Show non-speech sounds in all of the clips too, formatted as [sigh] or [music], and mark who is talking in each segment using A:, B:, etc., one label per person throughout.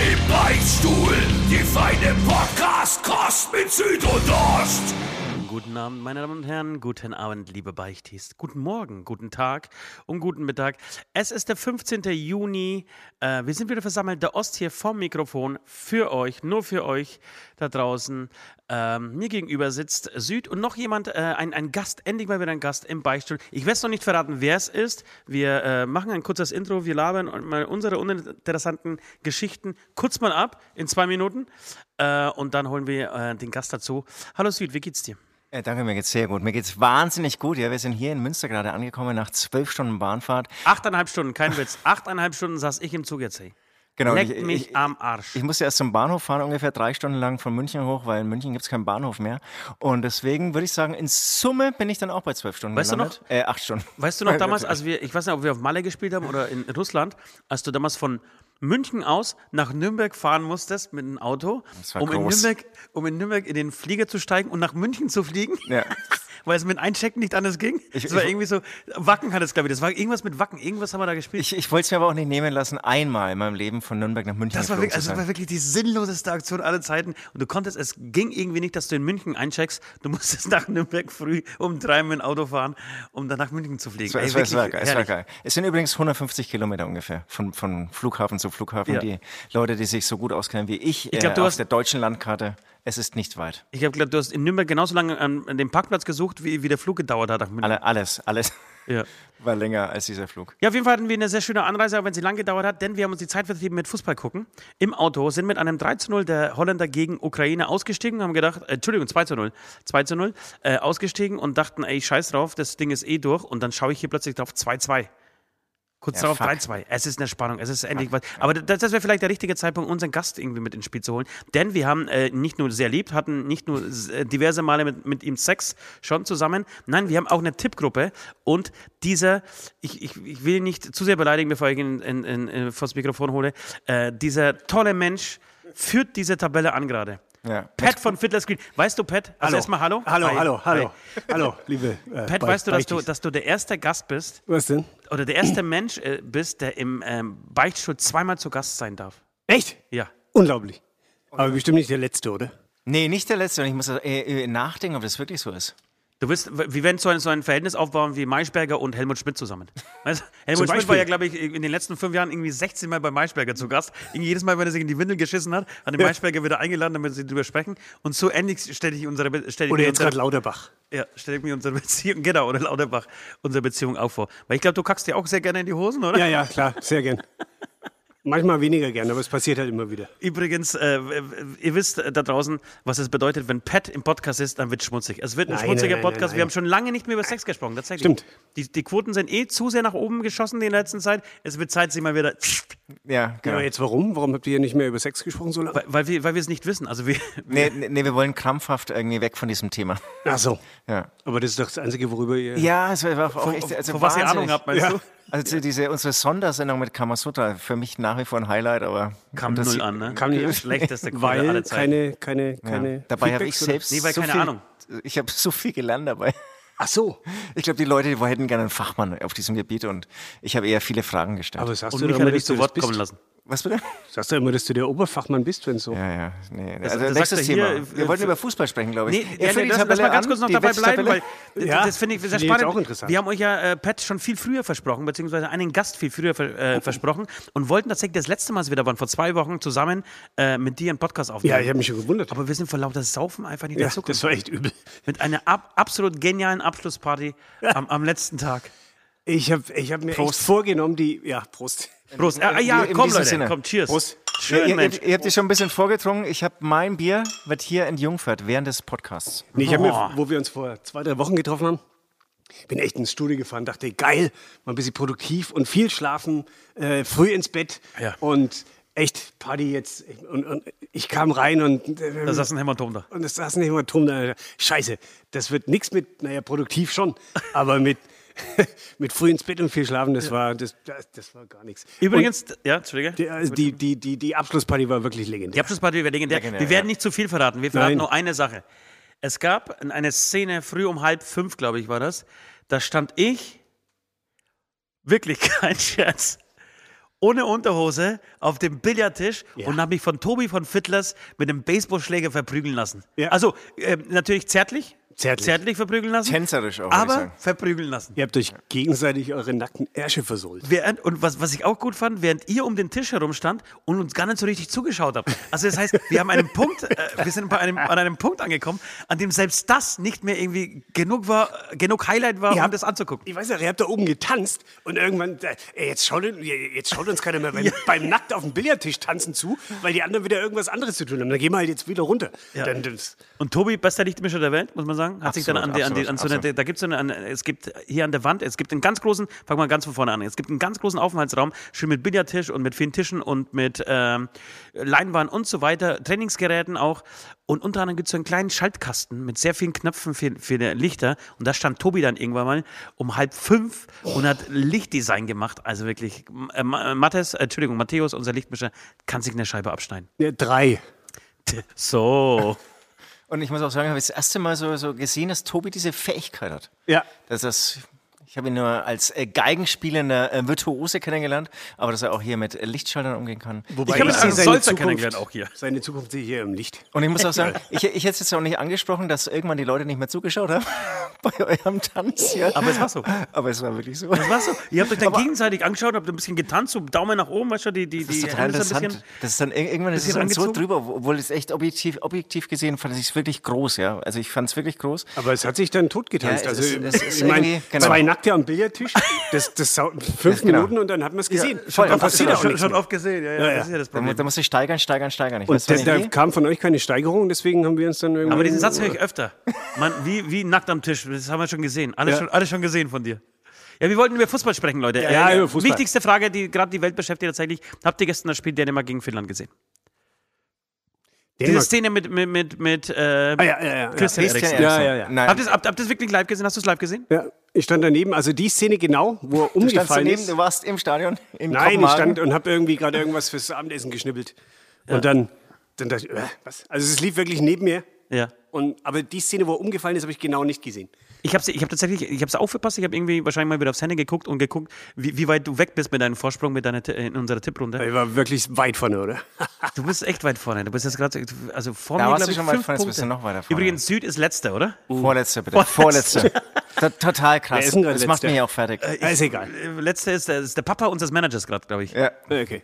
A: Im Beinstuhl, die feine Podcast-Kost mit Süd und Ost.
B: Also Guten Abend, meine Damen und Herren. Guten Abend, liebe Beichtis. Guten Morgen, guten Tag und guten Mittag. Es ist der 15. Juni. Äh, wir sind wieder versammelt. Der Ost hier vom Mikrofon für euch, nur für euch da draußen. Ähm, mir gegenüber sitzt Süd und noch jemand, äh, ein, ein Gast, endlich mal wieder ein Gast im Beichtstuhl. Ich werde es noch nicht verraten, wer es ist. Wir äh, machen ein kurzes Intro, wir labern und mal unsere uninteressanten Geschichten kurz mal ab in zwei Minuten. Äh, und dann holen wir äh, den Gast dazu. Hallo Süd, wie geht's dir?
C: Äh, danke, mir geht's sehr gut. Mir geht's wahnsinnig gut. Ja, wir sind hier in Münster gerade angekommen nach zwölf Stunden Bahnfahrt.
B: Achteinhalb Stunden, kein
C: [laughs]
B: Witz. Achteinhalb Stunden saß ich im Zug jetzt. Hey.
C: Genau.
B: Leckt
C: ich,
B: mich
C: ich,
B: am Arsch.
C: ich musste erst zum Bahnhof fahren, ungefähr drei Stunden lang von München hoch, weil in München gibt's keinen Bahnhof mehr. Und deswegen würde ich sagen, in Summe bin ich dann auch bei zwölf Stunden
B: Weißt du
C: gelandet. Äh, acht Stunden.
B: Weißt du
C: [laughs]
B: noch damals, als wir, ich weiß nicht, ob wir auf Malle gespielt haben oder in Russland, als du damals von München aus nach Nürnberg fahren musstest mit einem Auto,
C: war
B: um in,
C: groß.
B: Nürnberg, um in Nürnberg in den Flieger zu steigen und nach München zu fliegen?
C: Ja.
B: [laughs] Weil es mit Einchecken nicht anders ging.
C: Ich-
B: es war
C: ich-
B: irgendwie so, Wacken hat es, glaube ich. Das war irgendwas mit Wacken. Irgendwas haben wir da gespielt.
C: Ich, ich wollte es mir aber auch nicht nehmen lassen, einmal in meinem Leben von Nürnberg nach München
B: Das war,
C: geflogen
B: wirklich,
C: zu
B: also das
C: sein.
B: war wirklich die sinnloseste Aktion aller Zeiten. Und du konntest, es ging irgendwie nicht, dass du in München eincheckst. Du musstest [laughs] nach Nürnberg früh um drei mit dem Auto fahren, um dann nach München zu fliegen.
C: Es war,
B: Ey,
C: es, war, es, war
B: wirklich
C: geil, es war
B: herrlich.
C: geil. Es sind übrigens 150 Kilometer ungefähr von, von Flughafen zu Flughafen.
B: Ja.
C: Die Leute, die sich so gut auskennen wie ich,
B: glaub,
C: äh,
B: du
C: auf
B: hast-
C: der deutschen Landkarte, es ist nicht weit.
B: Ich habe geglaubt, du hast in Nürnberg genauso lange an, an dem Parkplatz gesucht, wie, wie der Flug gedauert hat nach München.
C: Alle, alles, alles
B: Ja.
C: [laughs] war länger als dieser Flug.
B: Ja, auf jeden Fall hatten wir eine sehr schöne Anreise, auch wenn sie lang gedauert hat, denn wir haben uns die Zeit vertrieben mit Fußball gucken. Im Auto sind mit einem 3 zu 0 der Holländer gegen Ukraine ausgestiegen und haben gedacht, äh, Entschuldigung, 2 zu 0, 2 zu 0, äh, ausgestiegen und dachten, ey, scheiß drauf, das Ding ist eh durch und dann schaue ich hier plötzlich drauf, 2 2. Kurz
C: Ja,
B: darauf
C: fuck.
B: 3-2. Es ist eine Spannung, es ist endlich was. Aber das, das wäre vielleicht der richtige Zeitpunkt, unseren Gast irgendwie mit ins Spiel zu holen. Denn wir haben äh, nicht nur sehr lieb, hatten nicht nur äh, diverse Male mit, mit ihm Sex schon zusammen. Nein, wir haben auch eine Tippgruppe. Und dieser, ich, ich, ich will ihn nicht zu sehr beleidigen, bevor ich ihn in, in, in, vors Mikrofon hole, äh, dieser tolle Mensch führt diese Tabelle an gerade.
C: Ja.
B: Pat von Fiddler's Green. Weißt du, Pat? Also erstmal Hallo.
D: Hallo,
B: Hi.
D: hallo, hallo.
B: Hi.
D: Hallo, liebe. Äh,
B: Pat,
D: Be-
B: weißt du dass, du,
D: Beichtis.
B: dass du der erste Gast bist,
D: Was denn?
B: oder der erste Mensch äh, bist, der im ähm, Beichtstuhl zweimal zu Gast sein darf.
D: Echt?
B: Ja.
D: Unglaublich. Aber bestimmt nicht der letzte, oder?
C: Nee, nicht der letzte. Und ich muss äh, äh, nachdenken, ob das wirklich so ist.
B: Du wirst, w- wir werden so ein, so ein Verhältnis aufbauen wie Maischberger und Helmut Schmidt zusammen. Weißt, du, Helmut Schmidt war
D: Beispiel.
B: ja, glaube ich, in den letzten fünf Jahren irgendwie 16 Mal bei Maischberger zu Gast. Irgendwie jedes Mal, wenn er sich in die Windel geschissen hat, hat den Maischberger wieder eingeladen, damit sie drüber sprechen. Und so ähnlich stelle ich unsere, Be- stelle ich
D: Oder
B: mir
D: jetzt
B: unsere-
D: gerade Lauterbach.
B: Ja, stell ich mir unsere Beziehung, [laughs] genau, oder Lauterbach, unsere Beziehung auch vor. Weil ich glaube, du kackst dir auch sehr gerne in die Hosen, oder?
D: Ja, ja, klar, sehr gern. Manchmal weniger gern, aber es passiert halt immer wieder.
B: Übrigens, äh, ihr wisst äh, da draußen, was es bedeutet, wenn Pat im Podcast ist, dann wird schmutzig. Es wird ein
D: Nein,
B: schmutziger
D: nein, nein, nein,
B: Podcast. Wir
D: nein.
B: haben schon lange nicht mehr über Sex gesprochen, tatsächlich.
D: Stimmt.
B: Die, die Quoten sind eh zu sehr nach oben geschossen in der letzten Zeit. Es wird Zeit, sie mal wieder.
C: Ja, genau.
D: Aber jetzt warum? Warum habt ihr nicht mehr über Sex gesprochen so lange?
B: Weil, weil wir weil wir es nicht wissen. Also wir, [laughs]
C: Nee, nee, nee, wir wollen krampfhaft irgendwie weg von diesem Thema.
D: Ach so.
C: Ja,
D: Aber das ist doch das Einzige, worüber ihr.
C: ja es war auch echt. Also
B: von was ihr
C: wahnsinnig.
B: Ahnung habt, meinst
D: Ja.
B: du?
C: Also diese, unsere Sondersendung mit Kamasutra, für mich nach wie vor ein Highlight, aber
B: Kam
C: das-
B: null an, ne?
D: Kam nicht an.
B: Schlechteste Quote
D: Weil
B: aller Zeiten.
D: keine, keine, keine.
C: Ja. Dabei habe ich
D: Feedbacks oder-
C: selbst
B: Nee, weil
C: so
B: keine
C: viel,
B: Ahnung.
C: Ich habe so viel gelernt dabei.
D: Ach so.
C: Ich glaube, die Leute die hätten gerne einen Fachmann auf diesem Gebiet und ich habe eher viele Fragen gestellt.
D: Aber sagst
B: Und
D: du
B: mich
D: doch
B: hat
D: immer,
B: er
D: dass
B: nicht
D: du
B: zu
D: das
B: Wort kommen
D: bist?
B: lassen.
C: Was bitte?
D: Sagst du immer, dass du der Oberfachmann bist, wenn so.
C: Ja, ja, nee.
B: Das-
C: also
B: das
C: nächstes
B: sagt er hier,
C: Thema.
B: äh,
C: wir wollten über Fußball sprechen, glaube ich.
B: Nee,
C: Er
B: ja,
C: führt
B: nee,
C: die
B: lass, lass
C: Tabelle
B: mal ganz
C: an,
B: kurz noch
C: die
B: dabei
C: Wetttabelle.
B: bleiben, weil äh,
D: Ja,
B: das finde ich sehr
D: finde ich jetzt
B: spannend.
D: auch interessant.
B: Wir haben euch ja äh, Pat schon viel früher versprochen, beziehungsweise einen Gast viel früher ver
D: Oh.
B: äh, versprochen und wollten tatsächlich das letzte Mal, als wir da waren, vor zwei Wochen zusammen äh, mit dir einen Podcast aufnehmen.
D: Ja, ich habe mich schon gewundert.
B: Aber wir sind vor lauter Saufen einfach nicht
D: ja,
B: dazu
D: das war echt übel.
B: Mit einer ab absolut genialen Abschlussparty am, am letzten Tag.
D: Ich habe ich hab mir echt
C: Prost.
D: vorgenommen, die. Ja, Prost. [laughs]
B: Prost. Ah, ja,
C: in
B: komm
C: diesem
B: Leute,
C: Sinne.
B: komm, cheers.
D: Prost.
B: Schön,
C: ihr,
B: Mensch.
C: ihr, ihr habt es schon ein bisschen vorgetrunken. Ich habe mein Bier, wird hier entjungfert während des Podcasts.
D: Nee, ich habe mir,
B: Boah.
D: wo wir uns vor zwei, drei Wochen getroffen haben, bin echt ins Studio gefahren, dachte, geil, mal ein bisschen produktiv und viel schlafen, äh, früh ins Bett
B: Ja.
D: und echt Party jetzt. Und, und ich kam rein und. ähm,
B: Da saß ein Hämatom da.
D: und es saß ein Hämatom da. Scheiße, das wird nichts mit, naja, produktiv schon, aber mit, [laughs] mit früh ins Bett und viel schlafen, das, war, das, das, das war gar nichts.
B: Übrigens, ja, Entschuldige.
D: Und die, also die, die, die, die Abschlussparty war wirklich legendär.
B: Die Abschlussparty war legendär.
C: Legendär,
B: Wir
C: ja.
B: werden nicht zu viel verraten. Wir verraten
D: Nein.
B: nur eine Sache. Es gab eine Szene früh um halb fünf, glaube ich, war das. Da stand ich, wirklich [laughs] kein Scherz, ohne Unterhose auf dem Billardtisch und habe mich von Tobi von Fittlers mit einem Baseballschläger verprügeln lassen.
D: Ja.
B: Also ähm, natürlich zärtlich,
D: Zärtlich.
B: zärtlich verprügeln lassen.
C: Tänzerisch auch, würd ich
B: aber
C: sagen.
B: verprügeln lassen.
D: Ihr habt euch gegenseitig eure nackten Ärsche versohlt.
B: Während, und was, was ich auch gut fand, während ihr um den Tisch herum stand und uns gar nicht so richtig zugeschaut habt. Also das heißt, wir haben einen Punkt, äh, wir sind bei einem, an einem Punkt angekommen, an dem selbst das nicht mehr irgendwie genug war, äh, genug Highlight war,
D: Ihr
B: um
D: habt-
B: das anzugucken.
D: Ich weiß nicht, ihr habt da oben getanzt und irgendwann, äh, ey, jetzt schaut, jetzt schaut uns keiner mehr
C: [laughs]
D: beim, beim Nackt auf dem Billardtisch tanzen zu, weil die anderen wieder irgendwas anderes zu tun haben. Dann gehen wir halt jetzt wieder runter. Dann, das,
B: Und Tobi, bester Lichtmischer der Welt, muss man sagen, hat sich dann an,
C: Absolut,
B: die, an, die, an so eine,
C: absolut,
B: da gibt's so eine, an, es gibt hier an der Wand, es gibt einen ganz großen, fangen wir ganz von vorne an, es gibt einen ganz großen Aufenthaltsraum, schön mit Billardtisch und mit vielen Tischen und mit ähm, Leinwand und so weiter, Trainingsgeräten auch. Und unter anderem gibt's so einen kleinen Schaltkasten mit sehr vielen Knöpfen für, für die Lichter. Und da stand Tobi dann irgendwann mal um halb fünf und hat Lichtdesign gemacht. Also wirklich, äh, Ma- äh, Mattes, äh, Entschuldigung, Matthäus, unser Lichtmischer, kann sich eine Scheibe abschneiden. [laughs]
D: ne, drei.
B: So.
C: Und ich muss auch sagen, habe ich das erste Mal so, so gesehen, dass Tobi diese Fähigkeit hat.
D: Ja.
C: Dass das, ich habe ihn nur als äh, Geigenspielender äh, Virtuose kennengelernt, aber dass er auch hier mit äh, Lichtschaltern umgehen kann.
D: Wobei
B: Ich habe einen
D: sehe
B: Solzer kennengelernt auch hier.
D: Seine Zukunft sehe ich hier im Licht.
C: Und ich muss auch sagen, ich, ich hätte es jetzt auch nicht angesprochen, dass irgendwann die Leute nicht mehr zugeschaut haben [laughs] bei eurem Tanz hier.
B: Aber es war so.
C: Aber es war wirklich so.
B: Was so? Ihr habt euch dann gegenseitig angeschaut, habt ein bisschen getanzt, so Daumen nach oben, weißt du, die, die, die
C: Das ist total
B: Hände so ein
C: interessant.
B: bisschen.
C: Das ist dann ir- irgendwann ist es
B: bisschen
C: dann so
B: angezogen.
C: drüber, obwohl es echt objektiv, objektiv gesehen fand ich es wirklich groß, ja. Also ich fand es wirklich groß.
D: Aber es hat sich dann totgetanzt.
C: Ja, es
D: also,
C: ist- es ist
D: ich meine,
C: irgendwie- genau.
D: zwei Nackte am Billardtisch, das,
C: [laughs]
D: das sau- fünf
C: genau.
D: Minuten und dann hat man es gesehen.
C: voll,
D: dann
C: aber
D: passiert
C: absolut.
D: auch nichts. mehr.
B: oft gesehen, ja, ja, das ist ja das
C: Da, mu-
B: Problem.
C: da musst du steigern, steigern, steigern. Ich weiß,
D: Und da,
C: was ich
D: da
C: will.
D: kam von euch keine Steigerung, deswegen haben wir uns dann irgendwie.
B: Aber diesen Satz höre ich öfter. Man, wie, wie nackt am Tisch, das haben wir schon gesehen. Alles,
D: Ja.
B: schon, alles schon gesehen von dir. Ja, wir wollten über Fußball sprechen, Leute. Äh,
D: Ja, ja, über Fußball.
B: Wichtigste Frage, die gerade die Welt beschäftigt tatsächlich. Habt ihr gestern das Spiel Dänemark gegen Finnland gesehen? Diese
D: Dänemark.
B: Szene mit, mit, mit, mit äh,
D: Ah, ja, ja, ja, ja.
B: Christian
C: Christian
B: Eriksen.
C: Eriksen.
D: Ja, ja, ja.
C: Nein.
B: Habt ihr es habt, habt ihr's wirklich live gesehen? Hast du es live gesehen?
D: ja, ich stand daneben, also die Szene genau, wo er
C: Du standst
D: umgefallen
C: daneben,
D: ist.
C: du warst im Stadion. In
D: Nein, ich
C: Kopenhagen.
D: stand und habe irgendwie gerade irgendwas fürs Abendessen geschnippelt. Und dann, dann dachte ich, äh, was? Also es lief wirklich neben mir.
B: Ja.
D: Und, aber die Szene, wo er umgefallen ist, habe ich genau nicht gesehen.
B: Ich habe ich hab tatsächlich, ich habe es aufgepasst, ich habe irgendwie wahrscheinlich mal wieder aufs Handy geguckt und geguckt, wie, wie weit du weg bist mit deinem Vorsprung mit deiner, Ti- äh, in unserer Tipprunde.
D: Er war wirklich weit vorne, oder? [laughs]
B: Du bist echt weit vorne. Du bist jetzt gerade, also vor
C: Da
B: mir, glaube
C: warst du
B: ich,
C: schon weit
B: fünf
C: vorne, jetzt
B: Punkte.
C: bist du noch weiter vorne.
B: Übrigens, Süd ist letzter, oder?
C: Vorletzte, bitte. Vorletzte. To- total krass.
D: Wer ist denn der
C: das macht
D: Letzte?
C: mich auch fertig.
D: Ja, ist egal.
B: Äh, Letzter ist, der- ist der Papa unseres Managers gerade, glaube ich.
C: ja.
D: Okay.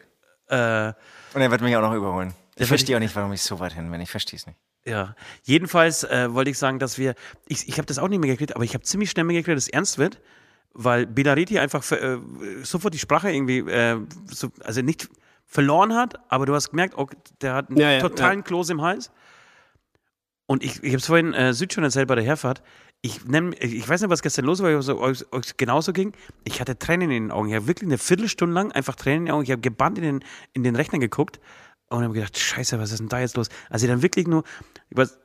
B: Ja. Äh,
C: Und er wird mich auch noch überholen. Ich
B: wird
C: verstehe auch nicht, warum ich so weit hin bin. Ich verstehe es nicht.
B: ja. Jedenfalls äh, wollte ich sagen, dass wir, ich, ich habe das auch nicht mehr gekriegt, aber ich habe ziemlich schnell mitgekriegt, dass es ernst wird, weil Belariti einfach ver- äh, sofort die Sprache irgendwie, äh, so, also nicht verloren hat, aber du hast gemerkt, oh, der hat einen
D: Ja, ja,
B: totalen Kloß im Hals. Und ich, ich habe es vorhin äh, Süd schon erzählt bei der Herfahrt. Ich, nenn, ich weiß nicht, was gestern los war, ob es euch, euch genauso ging. Ich hatte Tränen in den Augen. Ich habe wirklich eine Viertelstunde lang einfach Tränen in den Augen. Ich habe gebannt in den, in den Rechner geguckt und habe gedacht, scheiße, was ist denn da jetzt los? Also die dann wirklich nur, ich weiß,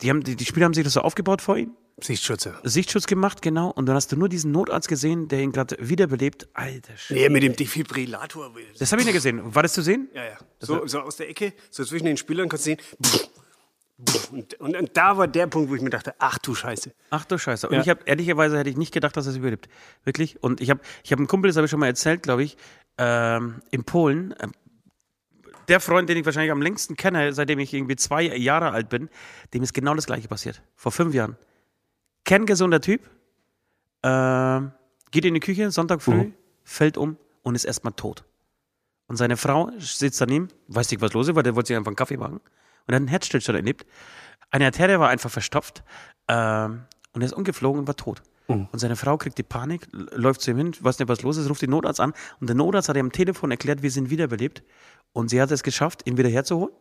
B: die, haben, die, die Spieler haben sich das so aufgebaut vor ihm,
D: Sichtschutze.
B: Sichtschutz gemacht, genau. Und dann hast du nur diesen Notarzt gesehen, der ihn gerade wiederbelebt. Alter Scheiße.
D: Nee, mit dem Defibrillator.
B: Das habe ich nicht gesehen. War das zu sehen?
D: Ja, ja. So, so aus der Ecke, so zwischen den Spielern kannst du sehen. pff, pff, Und, und, und da war der Punkt, wo ich mir dachte, ach du Scheiße.
B: Ach du Scheiße. Und
D: Ja.
B: ich habe ehrlicherweise hätte ich nicht gedacht, dass das überlebt. Wirklich. Und ich habe ich hab einen Kumpel, das habe ich schon mal erzählt, glaube ich, ähm, in Polen. Ähm, der Freund, den ich wahrscheinlich am längsten kenne, seitdem ich irgendwie zwei Jahre alt bin, dem ist genau das gleiche passiert. Vor fünf Jahren. Kerngesunder Typ, ähm, geht in die Küche, Sonntag früh, fällt um und ist erstmal tot. Und seine Frau sitzt daneben, weiß nicht, was los ist, weil der wollte sich einfach einen Kaffee machen und hat einen Herzstillstand erlebt. Eine Arterie war einfach verstopft ähm, und er ist umgeflogen und war tot. Und seine Frau kriegt die Panik, l- läuft zu ihm hin, weiß nicht, was los ist, ruft den Notarzt an und der Notarzt hat ihr am Telefon erklärt, wir sind wiederbelebt und sie hat es geschafft, ihn wieder herzuholen.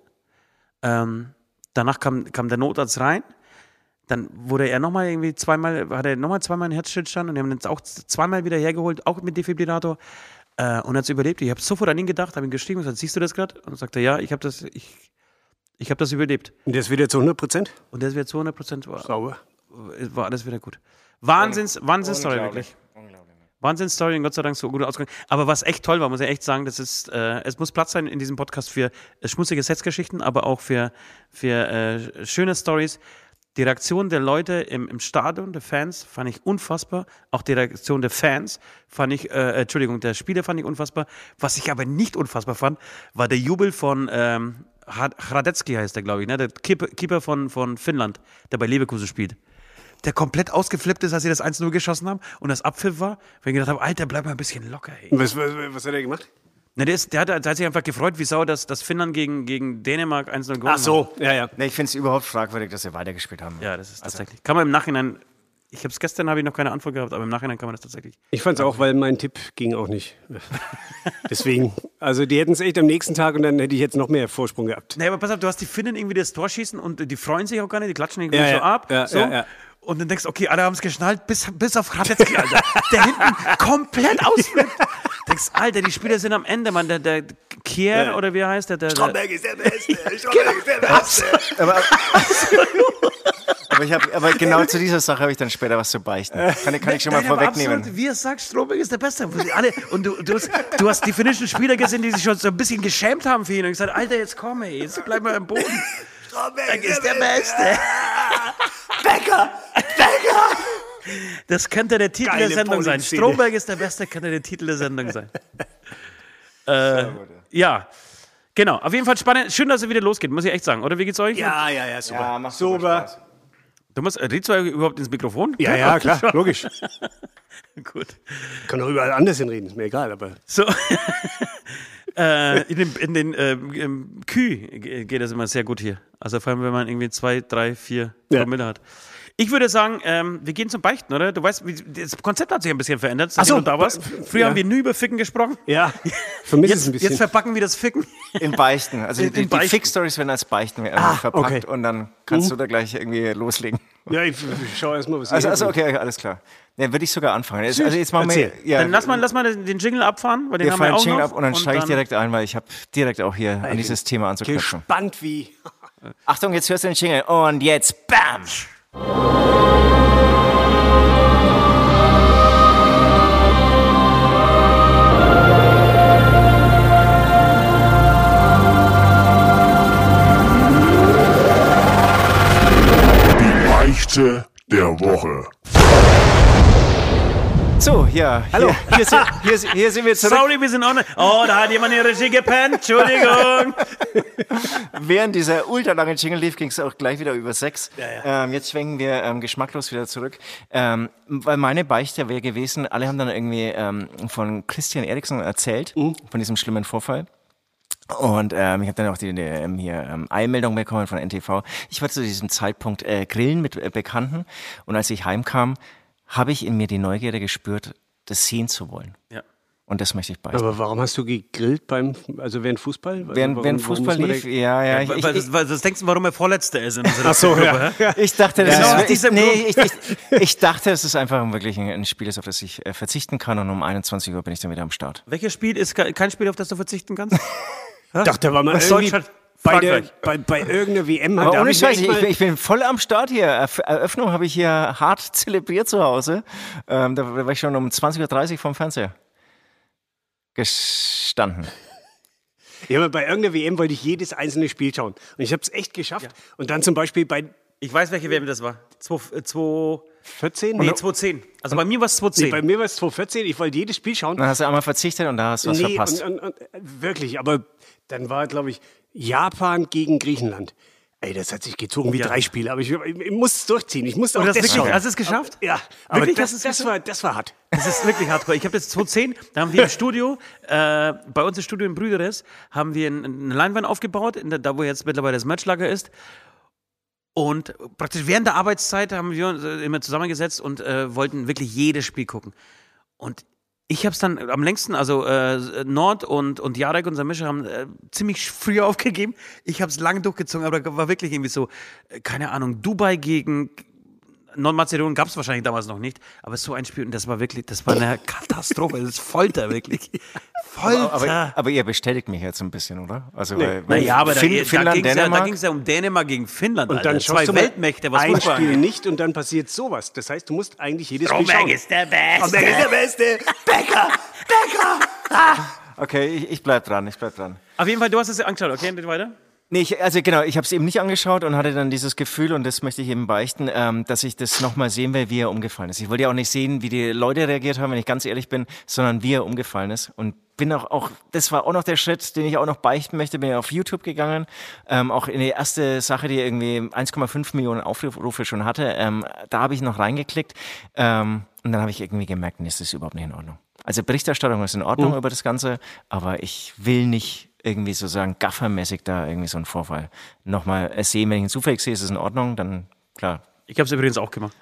B: Ähm, danach kam, kam der Notarzt rein, dann wurde er nochmal irgendwie zweimal, hat er nochmal zweimal einen Herzstillstand und die haben ihn jetzt auch z- zweimal wieder hergeholt, auch mit Defibrillator. Äh, und hat es überlebt. Ich habe sofort an ihn gedacht, habe ihn geschrieben und gesagt, siehst du das gerade? Und sagte, ja, ich habe das, ich, ich hab das überlebt.
D: Und der ist wieder zu 100 Prozent?
B: Und das wäre zu 100 Prozent, war,
D: Sauber.
B: war alles wieder gut. Wahnsinns, Wahnsinnsstory wirklich. Wahnsinnsstory und Gott sei Dank so gut ausgegangen. Aber was echt toll war, muss ich echt sagen, das ist, äh, es muss Platz sein in diesem Podcast für äh, schmutzige Sexgeschichten, aber auch für, für äh, schöne Stories. Die Reaktion der Leute im, im Stadion, der Fans, fand ich unfassbar. Auch die Reaktion der Fans fand ich, äh, Entschuldigung, der Spieler fand ich unfassbar. Was ich aber nicht unfassbar fand, war der Jubel von ähm, Hrad- Hradecki heißt der, glaube ich, ne? der Keeper Keeper von, von Finnland, der bei Leverkusen spielt der komplett ausgeflippt ist, als sie das 1-0 geschossen haben und das Abpfiff war, weil ich gedacht habe, Alter, bleib mal ein bisschen locker, ey.
D: Was, was, was hat er gemacht?
B: Na, der, ist, der, hat, der hat sich einfach gefreut, wie sau, dass, dass Finnland gegen, gegen Dänemark 1-0 gewonnen
D: Ach so, ja, ja.
C: Nee, ich finde es überhaupt fragwürdig, dass wir weitergespielt haben.
B: hat. Ja, das ist tatsächlich. Kann man im Nachhinein, ich habe es gestern, habe ich noch keine Antwort gehabt, aber im Nachhinein kann man das tatsächlich.
D: Ich fand's auch, weil mein Tipp ging auch nicht. Deswegen, also die hätten es echt am nächsten Tag und dann hätte ich jetzt noch mehr Vorsprung gehabt.
B: Nee, aber pass auf, du hast die Finnen irgendwie das Tor schießen und die freuen sich auch gar nicht, die klatschen irgendwie
D: Ja,
B: so
D: ja,
B: ab.
D: ja,
B: so.
D: ja, ja.
B: Und dann denkst du, okay, alle haben es geschnallt, bis, bis auf Radetzky, Alter. Der hinten
D: [laughs]
B: komplett ausflippt. Denkst, Alter, die Spieler sind am Ende, Mann. Der, der Kier
D: Ja.
B: oder wie er heißt der? der, der
D: Stromberg ist der Beste! [laughs] Stromberg ist der Beste!
C: Aber, ich hab, aber genau zu dieser Sache habe ich dann später was zu beichten. Kann, ich- kann ich schon mal
B: Nein, aber
C: vorwegnehmen.
B: Absolut, wie es sagt, Stromberg ist der Beste. Wo sie Alle, und du, du, hast, du hast die finnischen Spieler gesehen, die sich schon so ein bisschen geschämt haben für ihn und gesagt, Alter, jetzt komm, ey, jetzt bleib mal im Boden.
D: Stromberg
B: ist der Beste.
D: Becker! Becker!
B: Das könnte der Titel
D: Geile
B: der Sendung sein.
D: Bowling-Szene.
B: Stromberg ist der Beste, könnte der Titel der Sendung
C: [laughs]
B: sein. äh, ja, genau. Auf jeden Fall spannend. Schön, dass es wieder losgeht, muss ich echt sagen. Oder wie geht's euch?
D: Ja, ja, ja, super.
C: Ja, macht super Spaß.
B: Du musst, redst du überhaupt ins Mikrofon?
D: Ja, ja, klar, [laughs] logisch.
B: [laughs] Gut.
D: Kann auch überall anders hinreden, ist mir egal, aber.
B: So. äh, in den, in den ähm, ähm, Kü ge- geht das immer sehr gut hier. Also vor allem, wenn man irgendwie zwei, drei, vier
D: Ja.
B: Promille hat. Ich würde sagen, ähm, wir gehen zum Beichten, oder? Du weißt, wie, das Konzept hat sich ein bisschen verändert, seitdem
D: so,
B: du da warst.
D: b- b-
B: Früher
D: ja.
B: haben wir nur über Ficken gesprochen.
D: Ja, vermisse es
B: Jetzt,
D: ein bisschen.
B: jetzt verpacken wir das Ficken.
C: Im Beichten. Also
B: In- im
C: die, die
B: Beichten. Ah, Uh.
C: Fix-Stories werden als Beichten äh, verpackt
D: okay.
C: und dann kannst du da gleich irgendwie loslegen.
D: ja, ich, ich schau erst mal, was
C: Also,
D: hier
C: also
D: kommt.
C: okay, alles klar. Dann würde ich sogar anfangen. Jetzt, also jetzt machen wir,
D: Erzähl.
C: ja,
B: Dann lass mal, lass mal den Jingle abfahren, weil den
C: wir
B: haben wir
C: fahren
B: auch
C: Jingle
B: noch.
C: ab und dann steige ich direkt ein, weil ich habe direkt auch hier an dieses Thema anzuknüpfen.
D: Gespannt wie.
C: Achtung, jetzt hörst du den Jingle und jetzt BAM!
A: Die Beichte der Woche.
C: So, ja. Hallo. Hier, hier, sind, hier, sind- hier sind wir zurück.
B: Sorry, wir sind online. Oh, da hat jemand in die Regie gepennt.
C: [laughs]
B: Entschuldigung.
C: Während dieser ultralange Jingle lief, ging es auch gleich wieder über Sex. Ähm, jetzt schwenken wir ähm, geschmacklos wieder zurück. Ähm, weil meine Beichte wäre gewesen, alle haben dann irgendwie ähm, von Christian Eriksen erzählt,
D: Mhm.
C: von diesem schlimmen Vorfall. Und ähm, ich habe dann auch die, die ähm, hier ähm, Eilmeldung bekommen von NTV. Ich war zu diesem Zeitpunkt äh, grillen mit äh, Bekannten und als ich heimkam, habe ich in mir die Neugierde gespürt, das sehen zu wollen.
B: ja.
C: Und das möchte ich beichten.
D: Aber warum hast du gegrillt beim, also während Fußball? Also
C: Während,
D: warum-
C: während
D: warum
C: Fußball
D: muss man
C: lief,
D: da-
C: ja, ja, ich, ich,
B: Weil, weil, sonst denkst du, warum er Vorletzter ist in unserer
D: Ach so,
B: Gruppe.
D: ja.
B: hä?
C: Ich dachte, das
B: Genau aus
C: ist, ich,
B: diesem
C: nee, ich, ich, ich dachte, es ist einfach um wirklich ein, ein Spiel, ist, auf das ich äh, verzichten kann und um 21 Uhr bin ich dann wieder am Start.
B: Welches Spiel ist ke- kein Spiel, auf das du
D: [laughs]
B: verzichten kannst?
D: Ich dachte, da war mal
B: Was
D: irgendwie
B: Deutschland?
D: bei, der,
B: Frankreich.
D: bei, bei irgendeiner WM.
C: Aber
D: da hab
C: ohne
D: ich
C: Scheiß, ich,
D: echt mal-
C: ich bin voll am Start hier. Erf- Eröffnung habe ich hier hart [laughs] zelebriert zu Hause. Ähm, da war ich schon um 20.30 Uhr vom Fernseher gestanden.
D: Ja, aber bei irgendeiner WM wollte ich jedes einzelne Spiel schauen. Und ich habe es echt geschafft. Und dann zum Beispiel bei
B: Ich weiß, welche WM das war. 2, äh, 2,
D: 14?
B: nee, 210. Also bei mir war es
D: nee, bei
B: 210.
D: mir war es 2014. Ich wollte jedes Spiel schauen.
C: Dann hast du einmal verzichtet und da hast du was
D: nee,
C: verpasst.
D: und, und, und, wirklich. Aber dann war, glaube ich, Japan gegen Griechenland. Ey, das hat sich gezogen wie
B: Ja.
D: drei Spiele. Aber ich, ich, ich muss es durchziehen. Ich musste auch
B: Und das
D: das
B: wirklich,
D: schauen.
B: hast du es geschafft?
D: Ja, aber
B: Wirklich,
D: das,
B: hast du es
D: das, war, das war hart.
B: Das ist wirklich hardcore. Ich habe jetzt 210, da haben wir im Studio, äh, bei uns im Studio in Brüderes, haben wir ein- eine Leinwand aufgebaut, in der, da wo jetzt mittlerweile das Matchlager ist. Und praktisch während der Arbeitszeit haben wir uns äh, immer zusammengesetzt und äh, wollten wirklich jedes Spiel gucken. Und ich habe es dann am längsten, also äh, Nord und, und Jarek, unser Mischer, haben äh, ziemlich früh [laughs] aufgegeben. Ich habe es lang durchgezogen, aber da war wirklich irgendwie so, äh, keine Ahnung, Dubai gegen Nordmazedonien gab es wahrscheinlich damals noch nicht, aber so ein Spiel, und das war wirklich, das war [laughs] eine Katastrophe, das ist Folter, wirklich. Folter.
C: Aber, aber ihr bestätigt mich jetzt ein bisschen, oder? Also, weil, weil
B: naja, aber
C: Fin-
B: da, da
C: Finnland,
B: ging es ja, da
C: Dänemark.
B: ging's ja um Dänemark gegen Finnland,
D: Und dann
B: Alter. zwei
D: schaust du mal
B: Weltmächte, was
D: ein
B: Fußball
D: Spiel
B: angeht.
D: nicht und dann passiert sowas. Das heißt, du musst eigentlich jedes Spiel
B: Stromberg
D: schauen.
B: ist der Beste.
D: Stromberg ist der Beste. Becker, Becker.
C: okay, ich, ich bleib dran, ich bleib dran.
B: Auf jeden Fall, du hast es ja angeschaut, okay? Und weiter?
C: Nee, ich, also genau, ich habe es eben nicht angeschaut und hatte dann dieses Gefühl, und das möchte ich eben beichten, ähm, dass ich das nochmal sehen will, wie er umgefallen ist. Ich wollte ja auch nicht sehen, wie die Leute reagiert haben, wenn ich ganz ehrlich bin, sondern wie er umgefallen ist. Und bin auch, auch das war auch noch der Schritt, den ich auch noch beichten möchte, bin ja auf YouTube gegangen, ähm, auch in die erste Sache, die irgendwie 1,5 Millionen Aufrufe schon hatte, ähm, da habe ich noch reingeklickt ähm, und dann habe ich irgendwie gemerkt, nee, das ist überhaupt nicht in Ordnung. Also Berichterstattung ist in
B: Mhm.
C: Ordnung über das Ganze, aber ich will nicht irgendwie so sagen, gaffermäßig da irgendwie so einen Vorfall nochmal äh, sehen. Wenn ich ihn zufällig sehe, ist es in Ordnung, dann klar.
B: Ich habe es übrigens auch
C: [laughs]
B: gemacht.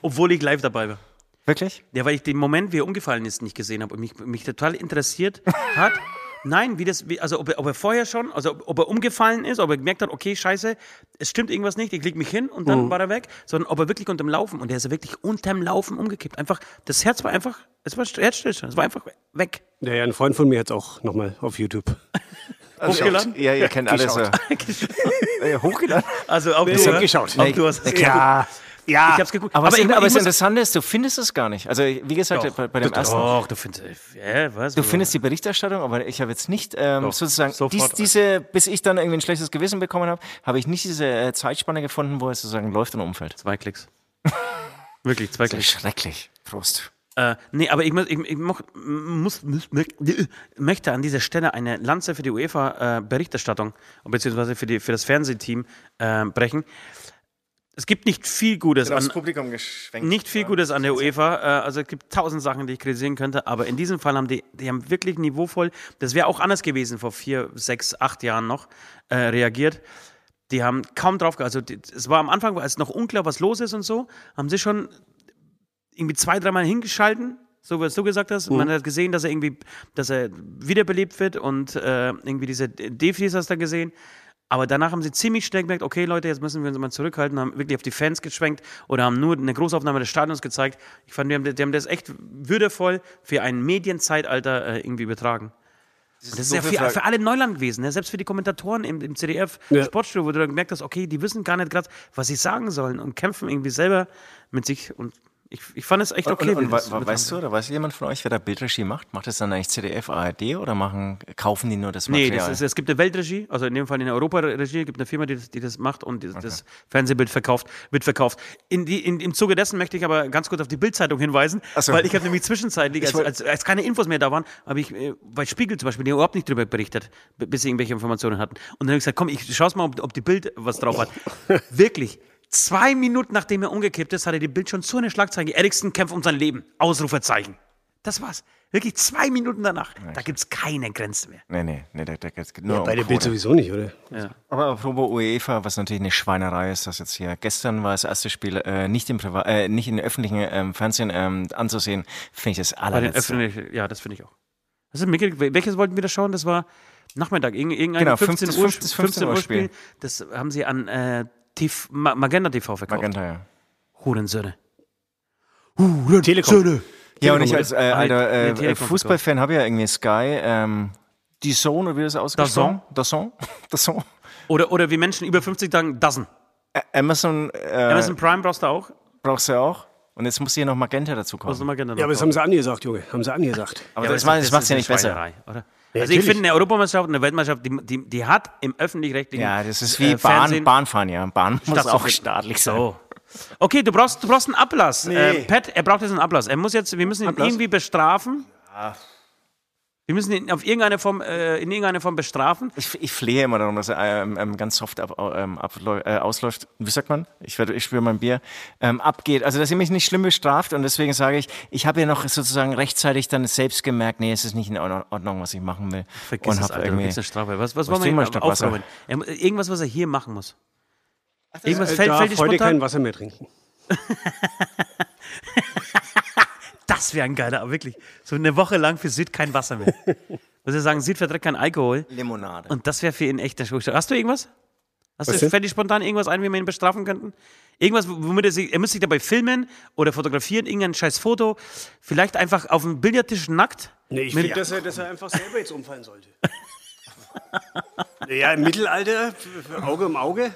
B: Obwohl ich live dabei war.
C: Wirklich?
B: Ja, weil ich den Moment, wie er umgefallen ist, nicht gesehen habe und mich, mich total interessiert
C: [laughs]
B: hat. Nein, wie das, wie, also ob er, ob er vorher schon, also ob, ob er umgefallen ist, ob er gemerkt hat, okay, scheiße, es stimmt irgendwas nicht, ich leg mich hin und
C: Mhm.
B: dann war er weg, sondern ob er wirklich unterm Laufen und er ist ja wirklich unterm Laufen umgekippt. Einfach, das Herz war einfach, es war Herzstillstand, es war einfach weg.
D: Naja, ein Freund von mir hat es auch nochmal auf YouTube.
C: Also
B: Hochgeladen?
C: Ja, ihr [laughs] kennt alle so.
B: [laughs]
C: Äh, Hochgeladen? [laughs]
B: Also auch
D: Ich
B: du,
D: hab
B: ne?
D: geschaut.
B: Auch du hast es geguckt.
D: Ja, ja.
B: Ich hab's geguckt.
C: Aber, aber,
B: ich,
C: ich, aber
B: ich
C: das
B: muss-
C: Interessante ist, du findest es gar nicht. Also wie gesagt,
B: Doch. Oh.
C: bei, bei dem
B: Doch,
C: ersten.
B: Doch, du findest, äh, was?
C: Du findest die Berichterstattung, aber ich habe jetzt nicht ähm, sozusagen,
B: sofort.
C: dies, diese, bis ich dann irgendwie ein schlechtes Gewissen bekommen habe, habe ich nicht diese äh, Zeitspanne gefunden, wo es sozusagen läuft und umfällt.
B: Zwei Klicks. Wirklich, zwei Klicks.
C: Schrecklich. Prost.
B: Äh, nee, aber ich, muss- ich, ich moch- muss, muss, möchte an dieser Stelle eine Lanze für die UEFA-Berichterstattung beziehungsweise für, die, für das Fernsehteam äh, brechen. Es gibt nicht viel Gutes an,
C: Publikum geschwenkt.
B: nicht viel Gutes an der UEFA. Äh, also es gibt tausend Sachen, die ich kritisieren könnte, aber in diesem Fall haben die, die haben wirklich niveauvoll, das wäre auch anders gewesen vor vier, sechs, acht Jahren noch, äh, reagiert. Die haben kaum drauf, ge- also die, es war am Anfang, als noch unklar, was los ist und so, haben sie schon irgendwie zwei, dreimal hingeschalten, so wie es du gesagt hast. Man hat gesehen, dass er irgendwie, dass er wiederbelebt wird und äh, irgendwie diese Defis hast du dann gesehen. Aber danach haben sie ziemlich schnell gemerkt, okay Leute, jetzt müssen wir uns mal zurückhalten, haben wirklich auf die Fans geschwenkt oder haben nur eine Großaufnahme des Stadions gezeigt. Ich fand, die haben, die haben das echt würdevoll für ein Medienzeitalter äh, irgendwie übertragen. Und das ist ja
C: doofe
B: für,
C: Frage.
B: für alle Neuland gewesen, ne? selbst für die Kommentatoren im, im CDF
D: Ja.
B: Sportstudio, wo du dann gemerkt hast, okay, die wissen gar nicht gerade, was sie sagen sollen und kämpfen irgendwie selber mit sich. Und ich, ich fand es echt okay.
C: und,
B: wie
C: und,
B: das
C: wa- wa-
B: mit-
C: weißt du, oder weiß jemand von euch, wer da Bildregie macht? Macht das dann eigentlich CDF, ARD oder machen, kaufen die nur das
B: Nee,
C: Material?
B: das ist, es gibt eine Weltregie, also in dem Fall eine Europaregie, gibt eine Firma, die das, die das macht und die, das Fernsehbild verkauft, wird verkauft. In die, in, Im Zuge dessen möchte ich aber ganz kurz auf die Bildzeitung hinweisen,
C: so.
B: weil ich habe nämlich zwischenzeitlich, als,
C: wollt-
B: als, als keine Infos mehr da waren, habe ich äh, bei Spiegel zum Beispiel die überhaupt nicht drüber berichtet, b- bis sie irgendwelche Informationen hatten. Und dann habe ich gesagt, komm, ich schaue mal, ob, ob die Bild was drauf
C: [laughs]
B: hat. Wirklich. Zwei Minuten nachdem er umgekippt ist, hatte die Bild schon so eine Schlagzeile. Eriksen kämpft um sein Leben. Ausrufezeichen. Das war's. Wirklich zwei Minuten danach. Da gibt's keine Grenzen mehr.
C: nee, nee, nee, da, da geht's nur
D: Bei der
C: um
D: Bild
C: Kohle.
D: sowieso nicht, oder?
C: Aber apropos UEFA, was natürlich eine Schweinerei ist, das jetzt hier. Gestern war das erste Spiel äh, nicht im Privat, äh, nicht in öffentlichen ähm, Fernsehen ähm, anzusehen. Finde ich das
B: Bei den
C: allerletzte.
B: öffentlichen, ja, das finde ich auch. Das ist mitgekriegt. Wel- Welches wollten wir da schauen? Das war Nachmittag, irgend- irgendein
C: Genau,
B: 15 Uhr,
C: 15 Uhr Spiel.
B: Das haben sie an äh, TV, Ma- Magenta TV verkauft.
C: Magenta, ja.
B: Hurensöhne.
D: Telekom.
C: Ja, und ich als äh, alter
B: nee,
C: äh,
B: Telekom
C: Fußballfan habe ja irgendwie Sky, ähm, die Zone, oder wie das ausgesprochen? Das [laughs] Zone. Das Zone.
B: Oder, oder wie Menschen über 50 sagen, Dozen.
C: Amazon äh,
B: Amazon Prime brauchst du auch.
C: brauchst du ja auch. Und jetzt muss hier noch Magenta dazu kommen.
B: Also Magenta
D: Ja, aber das haben sie angesagt, Junge. Haben sie angesagt.
C: aber das, macht- das macht es ja nicht besser.
B: Oder? also ich
D: natürlich.
B: finde, eine Europameisterschaft, eine Weltmeisterschaft, die, die, die hat im öffentlich-rechtlichen
C: Ja, das ist
B: äh,
C: wie Bahn,
B: Fernsehen-
C: Bahnfahren, ja. Bahn muss auch
B: stattzufinden.
C: staatlich sein.
B: So. Okay, du brauchst, du brauchst einen Ablass. Äh, Pat, er braucht jetzt einen Ablass. Er muss jetzt, wir müssen ihn irgendwie bestrafen. Wir müssen ihn auf irgendeine Form, äh, in irgendeiner Form bestrafen.
C: Ich, ich flehe immer darum, dass er ähm, ähm, ganz soft ab, ähm, abläu- äh, ausläuft. Wie sagt man? Ich, werd- ich spüre mein Bier. Ähm, abgeht. Also, dass ihr mich nicht schlimm bestraft und deswegen sage ich, ich habe ja noch sozusagen rechtzeitig dann selbst gemerkt, nee, es ist nicht in Ordnung, was ich machen will.
B: Vergiss
C: und
B: es,
C: hab
B: Alter, du kriegst eine Strafe. Was, was wollen
C: trink mal
B: wir
C: ein
B: hier
C: Stück Wasser.
B: aufräumen? Er, mu- irgendwas, was er hier machen muss. Irgendwas
D: Ich
B: Also fällt,
D: darf
B: fällt äh, dir
D: Äh, heute kein
B: spontan?
D: Wasser mehr trinken.
B: Das wäre ein geiler, aber wirklich. So eine Woche lang für Sid kein Wasser [laughs] mehr. Was sie sagen, Sid verträgt keinen Alkohol.
C: Limonade.
B: Und das wäre für ihn echt der Schuhstück. Hast du irgendwas? Hast du,
D: denn?
B: fällt dir spontan irgendwas ein, wie wir ihn bestrafen könnten? Irgendwas, womit er sich, er müsste sich dabei filmen oder fotografieren, irgendein scheiß Foto. Vielleicht einfach auf dem Billardtisch nackt.
D: Nee, ich
B: Mit-
D: finde, dass er, dass er einfach selber jetzt umfallen sollte. [laughs] ja, im Mittelalter, Auge um Auge.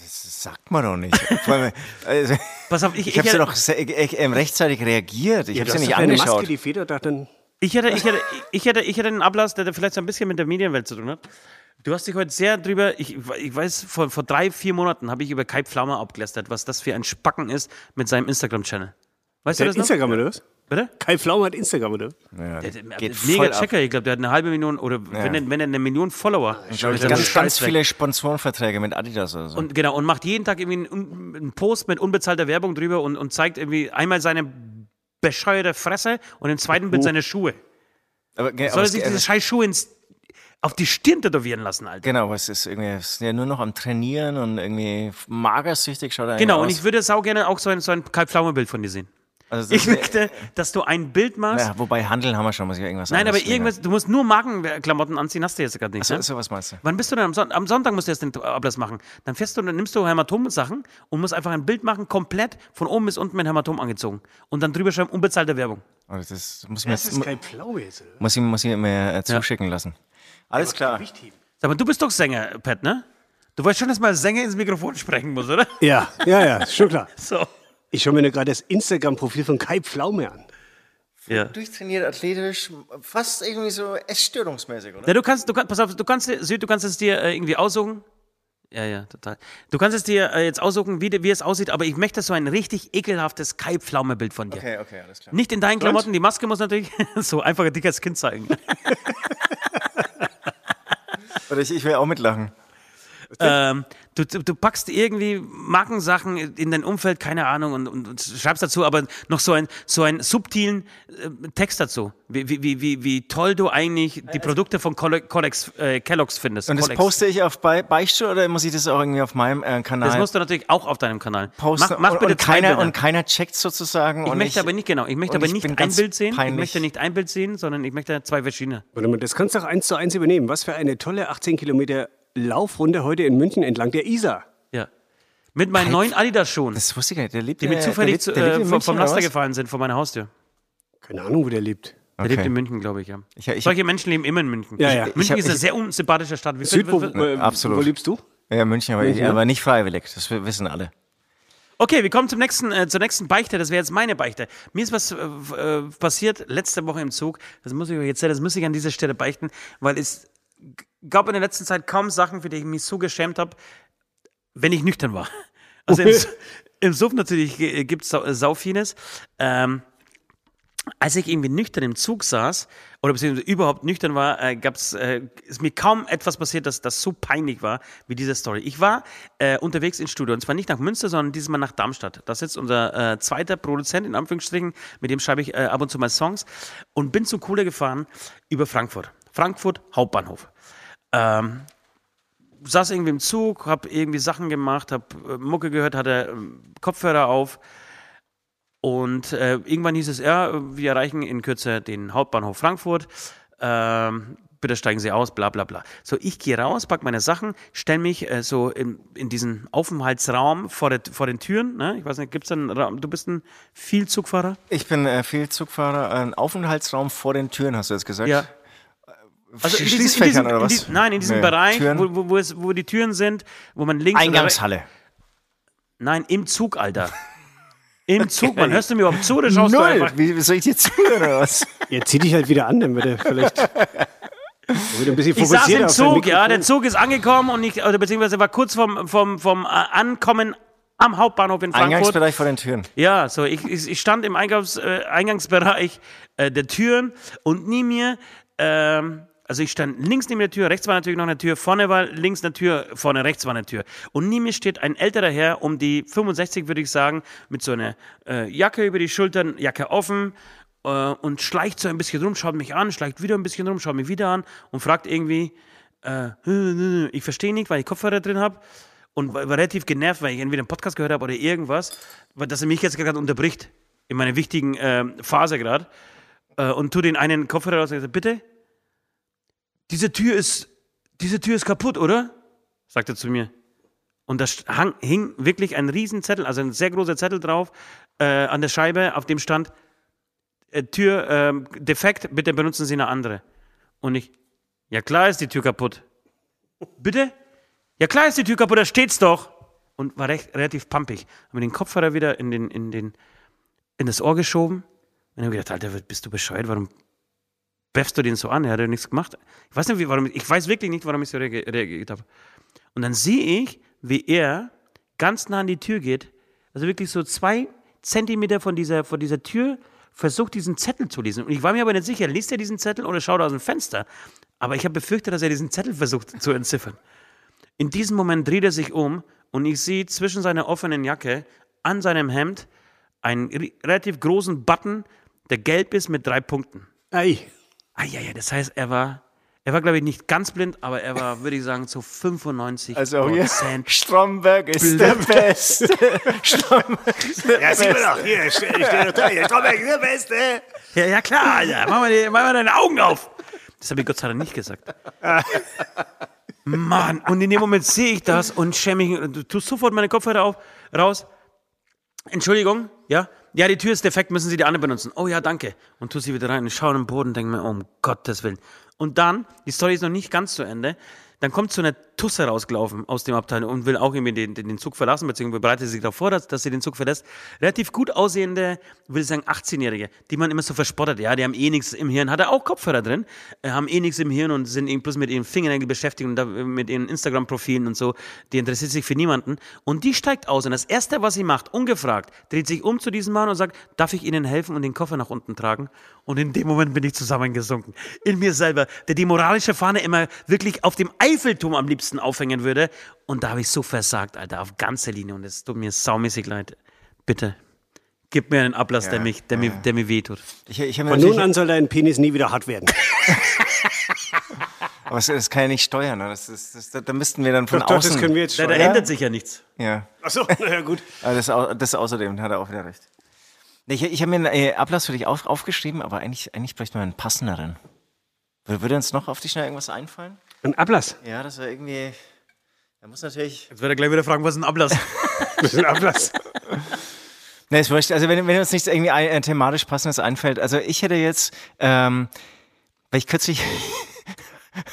C: Das sagt man doch nicht.
B: [laughs]
C: Vor allem, also,
B: Pass auf, ich,
C: ich habe
B: hätte-
C: ja noch sehr- ich- ich- ähm, rechtzeitig reagiert. Ich habe
D: Du
C: ja
D: hast
C: nicht
D: doch deine
C: angeschaut.
D: Maske, die Feder, da dann.
B: Ich hätte, ich hätte, ich hätte, ich hätte einen Ablass, der vielleicht so ein bisschen mit der Medienwelt zu tun hat. Du hast dich heute sehr drüber, ich, ich weiß, vor, vor drei, vier Monaten habe ich über Kai Pflaumer abgelästert, was das für ein Spacken ist mit seinem Instagram-Channel. Weißt
D: Der
B: du
D: hat
B: das noch?
D: Instagram, oder was?
B: Bitte?
D: Kai Pflaum hat Instagram, oder?
B: Der-
C: Geht
B: Mega
C: voll ab.
B: Checker, ich glaube, der hat eine halbe Million oder wenn, er, wenn er eine Million Follower.
C: Glaub ich,
B: Dann
C: ganz,
B: ist
C: ganz
B: Scheiß weg.
C: viele Sponsorenverträge mit Adidas oder so.
B: Und genau, und macht jeden Tag irgendwie einen, einen Post mit unbezahlter Werbung drüber und, und zeigt irgendwie einmal seine bescheuerte Fresse und im zweiten Bild seine Schuhe.
C: aber, ge-
B: Soll
C: aber
B: er
C: es-
B: sich
C: also-
B: diese scheiß Schuhe ins, auf die Stirn tätowieren lassen, Alter?
C: Genau, aber es ist irgendwie es ist ja nur noch am Trainieren und irgendwie magersüchtig schaut er
B: Genau, und
C: eigentlich
B: ich würde sau gerne auch so ein, so ein Kai-Pflaume-Bild von dir sehen.
C: aus. Also das-
B: Ich möchte, dass du ein Bild machst.
C: ja, wobei Handeln haben wir schon, muss ich irgendwas
B: Nein, aber
C: anderes legen.
B: irgendwas, du musst nur Markenklamotten anziehen, hast du jetzt gerade nicht.
C: So,
B: ne?
C: sowas meinst du?
B: Wann bist du denn am Sonntag? Am Sonntag musst du jetzt den Ablass machen. Dann fährst du, dann nimmst du Hämatom-Sachen und musst einfach ein Bild machen, komplett von oben bis unten mit Hämatom angezogen. Und dann drüber schreiben, unbezahlte Werbung.
C: Oh, das muss, mir,
D: Das ist Kai Pflaum jetzt, oder?
C: muss, ich, muss ich mir äh, zuschicken lassen. Alles klar.
D: Wichtig.
B: Sag mal, du bist doch Sänger, Pat, ne? Du weißt schon, dass man Sänger ins Mikrofon sprechen muss, oder?
D: Ja, ja, ja, ist schon klar.
B: So.
D: Ich schaue mir nur gerade das Instagram-Profil von Kai Pflaume an.
B: Ja.
C: Durchtrainiert, athletisch, fast irgendwie so essstörungsmäßig, oder?
B: Ja, du kannst, du kannst, pass auf, du kannst, dir- Süd, du kannst es dir äh, irgendwie aussuchen. Ja, ja, total. Du kannst es dir äh, jetzt aussuchen, wie, de- wie es aussieht, aber ich möchte so ein richtig ekelhaftes Kai-Pflaume-Bild von dir.
C: Okay, okay, alles klar.
B: Nicht in deinen Klamotten, die Maske muss natürlich [laughs] so einfach ein dickes Kind zeigen.
C: Oder ich, ich will auch mitlachen.
B: ähm, du, du du packst irgendwie Markensachen in dein Umfeld, keine Ahnung, und, und, und schreibst dazu aber noch so, ein, so einen subtilen äh, Text dazu, wie, wie, wie, wie, wie toll du eigentlich die Produkte von Colle- Collex, äh, Kellogg's findest.
C: Äh, also Und das
B: Collex.
C: poste ich auf Be Beichtstuhl oder muss ich das auch irgendwie auf meinem äh, Kanal
B: Das musst du natürlich auch auf deinem Kanal.
C: posten?
B: Mach, mach
C: und,
B: bitte
C: und,
B: zwei
C: keiner,
B: Bilder.
C: und keiner checkt sozusagen.
B: ich
C: und
B: möchte aber nicht, genau, ich möchte
C: und
B: aber
C: ich
B: nicht
C: bin
B: ein
C: ganz
B: Bild sehen. Ich
C: peinlich.
B: möchte nicht ein Bild sehen, sondern ich möchte zwei verschiedene.
D: Warte mal, das kannst du doch eins zu eins übernehmen. Was für eine tolle 18 Kilometer Laufrunde heute in München entlang der Isar.
B: Ja. Mit meinen neuen Adidas-Schuhen,
C: Das wusste ich gar nicht. Der lebt
B: die mir zufällig zu, äh, vom- vom Laster
C: gefallen.
B: gefallen sind, vor meiner Haustür.
D: Keine Ahnung, wo der lebt.
B: Der lebt in München, glaube ich, ja.
C: Ich- ich-
B: Solche Menschen leben immer in München.
D: Ja, ja.
B: München
C: Ich hab-
B: ist eine
C: ich-
B: sehr unsympathische Stadt. Wie
D: Süd, wo,
B: viel-
D: äh,
C: absolut.
D: wo lebst du?
C: Ja, München, aber,
D: München, ne?
C: aber nicht freiwillig. Das wi- wissen alle.
B: Okay, wir kommen zum nächsten, äh, zur nächsten Beichte. Das wäre jetzt meine Beichte. Mir ist was äh, f- äh, passiert letzte Woche im Zug. Das muss ich euch jetzt sagen, das muss ich an dieser Stelle beichten, weil es g- gab in der letzten Zeit kaum Sachen, für die ich mich so geschämt habe, wenn ich nüchtern war. Also im, Su- im Suff natürlich gibt es sau, äh, sau vieles. Ähm, als ich irgendwie nüchtern im Zug saß oder beziehungsweise überhaupt nüchtern war, äh, gab's, äh, ist mir kaum etwas passiert, das, das so peinlich war wie diese Story. Ich war äh, unterwegs ins Studio und zwar nicht nach Münster, sondern dieses Mal nach Darmstadt. Da sitzt unser äh, zweiter Produzent in Anführungsstrichen, mit dem schreibe ich äh, ab und zu mal Songs und bin zum Kohler gefahren über Frankfurt. Frankfurt Hauptbahnhof saß irgendwie im Zug, hab irgendwie Sachen gemacht, hab äh, Mucke gehört, hatte ähm, Kopfhörer auf. Und äh, irgendwann hieß es, ja, äh, wir erreichen in Kürze den Hauptbahnhof Frankfurt. Ähm, bitte steigen Sie aus, bla bla bla. So, ich gehe raus, pack meine Sachen, stell mich äh, so in, in diesen Aufenthaltsraum vor, der, vor den Türen. Ne? Ich weiß nicht, gibt's da einen Raum? Du bist ein Vielzugfahrer?
C: Ich bin äh, viel Zugfahrer. Ein Aufenthaltsraum vor den Türen, hast du jetzt gesagt?
B: Ja.
C: Also
B: in diesem- in
C: Schließfächern
B: diesem,
C: oder was?
B: In diesem, nein, in diesem Bereich,
C: Türen.
B: wo, wo, wo, es, wo die Türen sind, wo man links oder rechts-
C: Eingangshalle.
B: Nein, im Zug, Alter. Im Zug, man. Hörst du mir überhaupt zu oder schaust du einfach?
C: Wie, wie soll ich dir zuhören oder was?
D: Ja, zieh dich halt wieder an, dann wird er [laughs] vielleicht wird ein bisschen
B: Ich saß
D: fokussierter
B: im
D: auf sein
B: Zug, ja.
D: Mikrofon.
B: Der Zug ist angekommen und ich, oder beziehungsweise war kurz vom, vom, vom äh, Ankommen am Hauptbahnhof in Frankfurt.
C: Eingangsbereich vor den Türen.
B: Ja, so ich, ich, ich stand im Eingaufs, äh, Eingangsbereich äh, der Türen und nie mir, ähm, also ich stand links neben der Tür, rechts war natürlich noch eine Tür, vorne war links eine Tür, vorne rechts war eine Tür. Und nie mir steht ein älterer Herr, um die 65 würde ich sagen, mit so einer äh, Jacke über die Schultern, Jacke offen äh, und schleicht so ein bisschen rum, schaut mich an, schleicht wieder ein bisschen rum, schaut mich wieder an und fragt irgendwie, äh, ich verstehe nicht, weil ich Kopfhörer drin habe und war war relativ genervt, weil ich entweder einen Podcast gehört habe oder irgendwas, weil- dass er mich jetzt gerade unterbricht in meiner wichtigen ähm, Phase gerade äh, und tu den einen Kopfhörer raus und sagt, bitte, diese Tür ist, diese Tür ist kaputt, oder? Sagt er zu mir. Und da st- hang, hing wirklich ein Riesenzettel, also ein sehr großer Zettel drauf, äh, an der Scheibe, auf dem stand, äh, Tür ähm, defekt, bitte benutzen Sie eine andere. Und ich, ja klar ist die Tür kaputt. Bitte? Ja klar ist die Tür kaputt, da steht's doch. Und war recht, relativ pampig. Hab mir den Kopfhörer wieder in, den, in, den, in das Ohr geschoben. Und hab gedacht, Alter, bist du bescheuert? Warum beffst du den so an? Er hat ja nichts gemacht. Ich weiß, nicht, wie, warum, ich weiß wirklich nicht, warum ich so reage- reagiert habe. Und dann sehe ich, wie er ganz nah an die Tür geht, also wirklich so zwei Zentimeter von dieser, von dieser Tür, versucht, diesen Zettel zu lesen. Und ich war mir aber nicht sicher, liest er diesen Zettel oder schaut er aus dem Fenster? Aber ich habe befürchtet, dass er diesen Zettel versucht zu entziffern. In diesem Moment dreht er sich um und ich sehe zwischen seiner offenen Jacke an seinem Hemd einen ri- relativ großen Button, der gelb ist mit drei Punkten.
D: Ei.
B: Ah, ja, ja, das heißt, er war, er war, glaube ich, nicht ganz blind, aber er war, würde ich sagen, zu 95
C: Also hier,
B: Prozent.
C: Stromberg ist der Beste. Stromberg ist der
D: Ja, sieht man
C: Beste.
D: doch. Hier, ich stehe doch da. Hier, Stromberg ist der Beste.
B: Ja, ja, klar, Alter, mach mal, die, mach mal deine Augen auf. Das habe ich Gott sei Dank nicht gesagt. Mann, und in dem Moment sehe ich das und schäme mich, und du tust sofort meine Kopfhörer auf, raus. Entschuldigung, ja? Ja, die Tür ist defekt, müssen Sie die andere benutzen. Oh ja, danke. Und tu sie wieder rein und schau am Boden und denk mir, oh, um Gottes Willen. Und dann, die Story ist noch nicht ganz zu Ende, dann kommt so eine Tusse rausgelaufen aus dem Abteil und will auch irgendwie den, den, den Zug verlassen, beziehungsweise bereitet sich darauf vor, dass, dass sie den Zug verlässt. Relativ gut aussehende, würde ich sagen, 18-Jährige, die man immer so verspottet, ja, die haben eh nichts im Hirn, hat er auch Kopfhörer drin, äh, haben eh nichts im Hirn und sind eben bloß mit ihren Fingernägeln beschäftigt und da, mit ihren Instagram-Profilen und so, die interessiert sich für niemanden. Und die steigt aus und das Erste, was sie macht, ungefragt, dreht sich um zu diesem Mann und sagt, darf ich Ihnen helfen und den Koffer nach unten tragen? Und in dem Moment bin ich zusammengesunken. In mir selber, der die moralische Fahne immer wirklich auf dem Eiffelturm am liebsten aufhängen würde. Und da habe ich so versagt, Alter, auf ganze Linie. Und es tut mir saumäßig leid. Bitte, gib mir einen Ablass, der, mich, der, mir, der mir wehtut.
C: Ich, ich hab mir
D: Von nun
C: natürlich-
D: an soll dein Penis nie wieder hart [laughs] werden.
C: Aber das, das kann ja nicht steuern. ne? Das, ist- das, das, da müssten wir dann von
D: Doch, doch,
C: außen.
D: das können wir jetzt
B: Da,
D: schon.
B: da ändert sich ja nichts.
C: Ja.
D: Achso, naja, gut.
C: Aber Ah, das, au- das außerdem hat er auch wieder recht. Nee, Ich, ich habe mir einen äh, Ablass für dich auf, aufgeschrieben, aber eigentlich, eigentlich bräuchten wir einen passenderen. Wür- Würde uns noch auf die Schnelle irgendwas einfallen?
D: Ein Ablass.
C: Ja, das wäre irgendwie. Da muss natürlich.
B: Jetzt wird er gleich wieder fragen, was ist ein Ablass?
D: Das ist [laughs] ein Ablass.
C: Ne, ist wurscht. Also, wenn, wenn uns nichts irgendwie ein, äh, thematisch passendes einfällt. Also, ich hätte jetzt, ähm, weil ich kürzlich [laughs]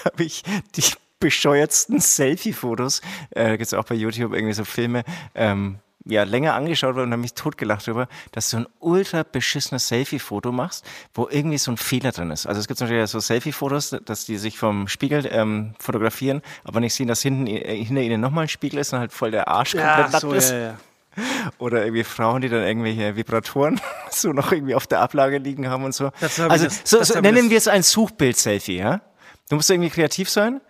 C: habe ich die bescheuertsten Selfie-Fotos, äh, gibt es auch bei YouTube irgendwie so Filme, ähm, ja, länger angeschaut und habe mich totgelacht darüber, dass du ein ultra beschissenes Selfie-Foto machst, wo irgendwie so ein Fehler drin ist. Also es gibt natürlich so Selfie-Fotos, dass die sich vom Spiegel ähm, fotografieren, aber nicht sehen, dass hinten, äh, hinter ihnen nochmal ein Spiegel ist und halt voll der Arsch komplett nackt ist.
D: ja.
C: Oder irgendwie Frauen, die dann irgendwelche Vibratoren [laughs] so noch irgendwie auf der Ablage liegen haben und so.
B: Das hab ich
C: also
B: das-
C: so,
B: das
C: so
B: hab ich
C: nennen
B: das-
C: wir es ein Suchbild-Selfie, ja? Du musst irgendwie kreativ sein.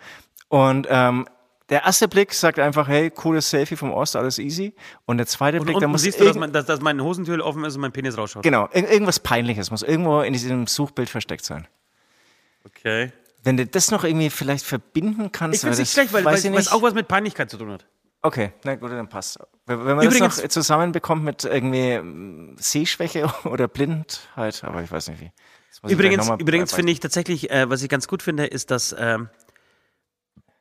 C: Und ähm, der erste Blick sagt einfach, hey, cooles Selfie vom Ost, alles easy. Und der zweite Blick, da
B: Unten
C: muss
B: siehst du, dass,
C: irgend-
B: mein, dass, dass meine Hosentür offen ist und mein Penis rausschaut.
C: genau ir- irgendwas Peinliches muss irgendwo in diesem Suchbild versteckt sein.
B: Okay.
C: Wenn du das noch irgendwie vielleicht verbinden kannst,
B: Ich finde es nicht
C: weil das
B: schlecht, weil
C: weiß
B: es
C: ich nicht.
B: auch was mit Peinlichkeit zu tun hat.
C: Okay, na gut, dann passt. Wenn wenn man
B: Übrigens-
C: das noch zusammenbekommt mit irgendwie ähm, Sehschwäche [laughs] oder Blindheit, aber ich weiß nicht wie. Das muss ich gleich
B: Übrigens,
C: noch mal
B: übrigens
C: bei-
B: finde ich tatsächlich, äh, was ich ganz gut finde, ist, dass. Ähm,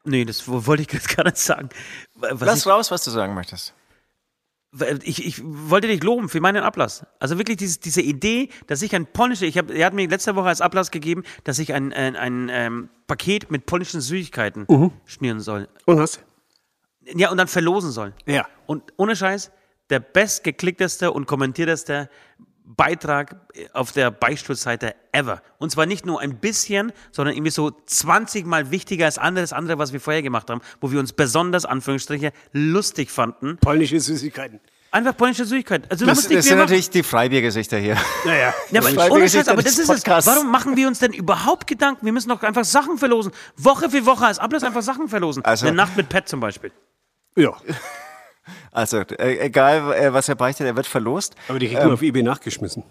B: nee, das wo- wollte ich jetzt [laughs] gar nicht sagen. Was
C: Lass
B: ich,
C: raus, was du sagen möchtest.
B: weil ich, ich wollte dich loben für meinen Ablass. Also wirklich dieses, diese Idee, dass ich ein polnisches, ich hab, er hat mir letzte Woche als Ablass gegeben, dass ich ein, ein, ein ähm, Paket mit polnischen Süßigkeiten schnüren soll.
D: Und hast
B: Ja, und dann verlosen soll.
D: Ja.
B: Und ohne Scheiß, der bestgeklickteste und kommentierteste Beitrag auf der Beichtstuhlseite ever. Und zwar nicht nur ein bisschen, sondern irgendwie so 20 mal wichtiger als anderes andere, was wir vorher gemacht haben, wo wir uns besonders, Anführungsstriche, lustig fanden.
D: Polnische Süßigkeiten.
B: Einfach polnische Süßigkeit. Also
C: Das,
B: lustig
C: das
B: wir
C: sind
B: machen-
C: natürlich die Freibiergesichter hier.
D: Naja.
B: ja, aber
C: Weil wir
B: ohne
C: Gesichter
B: Scheiß, aber das
C: des
B: ist es.
C: Podcasts.
B: Warum machen wir uns denn überhaupt Gedanken? Wir müssen doch einfach Sachen verlosen. Woche für Woche als Ablass einfach Sachen verlosen.
C: Also-
B: Eine Nacht mit Pet zum Beispiel.
D: Ja.
C: [laughs] Also, äh, egal, äh, was er beichtet, er wird verlost.
D: Aber die kriegt man auf eBay nachgeschmissen.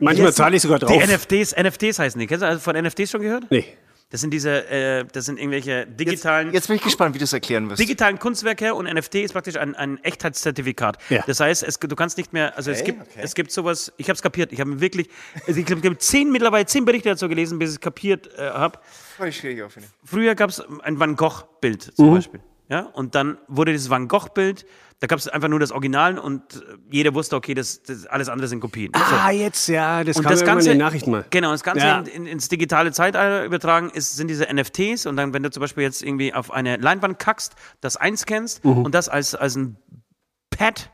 D: Manchmal zahle ich sogar drauf.
B: Die NFTs, NFTs heißen die. Kennst du also von NFTs schon gehört?
D: nee.
B: Das sind diese, äh, das sind irgendwelche digitalen,
C: Jetzt bin ich gespannt, wie du es erklären wirst.
B: digitalen Kunstwerke und NFT ist praktisch ein, ein Echtheitszertifikat.
D: Ja.
B: Das heißt, es, du kannst nicht mehr, also es gibt,
C: okay.
B: es gibt sowas. Ich habe es kapiert. Ich habe wirklich, also ich glaube, ich habe zehn mittlerweile zehn Berichte dazu gelesen, bis ich es kapiert äh, habe.
C: Voll schwierig auf jeden Fall. Mhm.
B: Früher gab es ein Van Gogh-Bild zum Beispiel. Ja, und dann wurde dieses Van Gogh-Bild, da gab es einfach nur das Original und äh, jeder wusste, okay, das, das alles andere sind Kopien. So.
D: Ah, jetzt, ja, das
B: Und
D: kam
B: das
D: irgendwann
B: Ganze,
D: in den Nachrichten mal.
B: Genau, das Ganze
D: Ja.
B: in, in, ins digitale Zeitalter übertragen ist, sind diese NFTs und dann, wenn du zum Beispiel jetzt irgendwie auf eine Leinwand kackst, das einscannst und das als, als ein Pad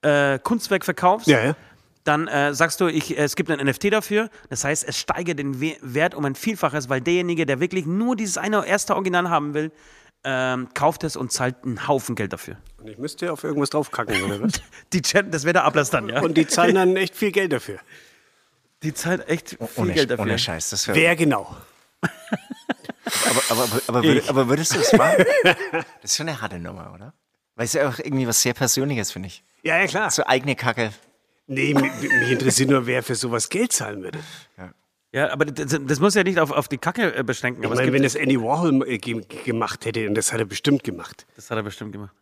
B: äh, Kunstwerk verkaufst,
D: Ja, ja.
B: dann äh, sagst du, ich, äh, es gibt ein NFT dafür. Das heißt, es steigert den We Wert um ein Vielfaches, weil derjenige, der wirklich nur dieses eine erste Original haben will, ähm, kauft es und zahlt einen Haufen Geld dafür.
D: Und ich müsste auf irgendwas draufkacken, oder [laughs] was?
B: Die Chat, das wäre der Ablass dann, ja.
D: Und die zahlen dann echt viel Geld dafür.
B: die zahlt echt viel
C: Ohne,
B: Geld dafür.
C: ohne Scheiß. Das wär,
D: Wer genau?
C: aber, aber, aber, aber, würd, aber würdest du
B: [laughs]
C: das machen? Das ist schon eine harte Nummer, oder? Weil es ja auch irgendwie was sehr Persönliches, finde ich.
D: Ja, ja, klar.
C: So eigene Kacke.
D: Nee, mich, mich interessiert nur, wer für sowas Geld zahlen würde.
B: Ja, aber das, das muss ja nicht auf, auf die Kacke äh, beschränken.
D: Ich
B: Aber es
D: meine,
B: gibt,
D: wenn das Andy Warhol äh, ge- gemacht hätte, und das hat er bestimmt gemacht.
B: das hat er bestimmt gemacht.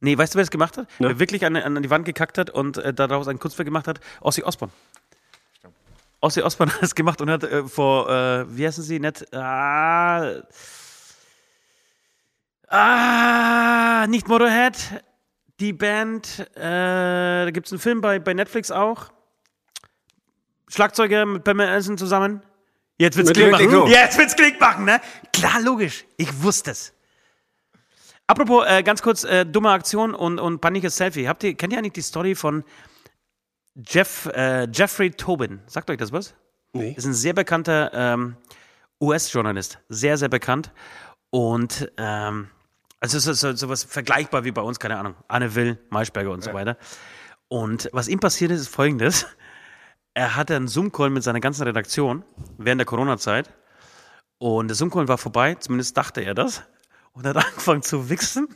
B: Nee, weißt du, wer das gemacht hat?
D: Ne?
B: Wer wirklich an, an die Wand gekackt hat und äh, daraus ein Kunstwerk gemacht hat? Ossi Osborn. Ossi Osborn [laughs] hat das gemacht und hat äh, vor, äh, wie heißen sie, nett, ah, ah, nicht Motorhead, die Band, äh, da gibt es einen Film bei, bei Netflix auch. Schlagzeuger mit Pamela Anderson zusammen. Jetzt wird's
D: Mit
B: Klick
D: Let It
B: machen.
D: Go.
B: Jetzt wird's Klick machen, ne? Klar, logisch. Ich wusste es. Apropos, äh, ganz kurz, äh, dumme Aktion und, und paniges Selfie. Habt ihr, kennt ihr eigentlich die Story von Jeff, äh, Jeffrey Tobin? Sagt euch das was?
D: Nee.
B: Ist ein sehr bekannter ähm, US-Journalist. Sehr, sehr bekannt. Und ähm, also es ist so, sowas vergleichbar wie bei uns, keine Ahnung. Anne Will, Maischberger und so weiter. Und was ihm passiert ist, ist folgendes. Er hatte einen Zoom-Call mit seiner ganzen Redaktion während der Corona-Zeit. Und der Zoom-Call war vorbei, zumindest dachte er das. Und hat [laughs] angefangen zu wichsen.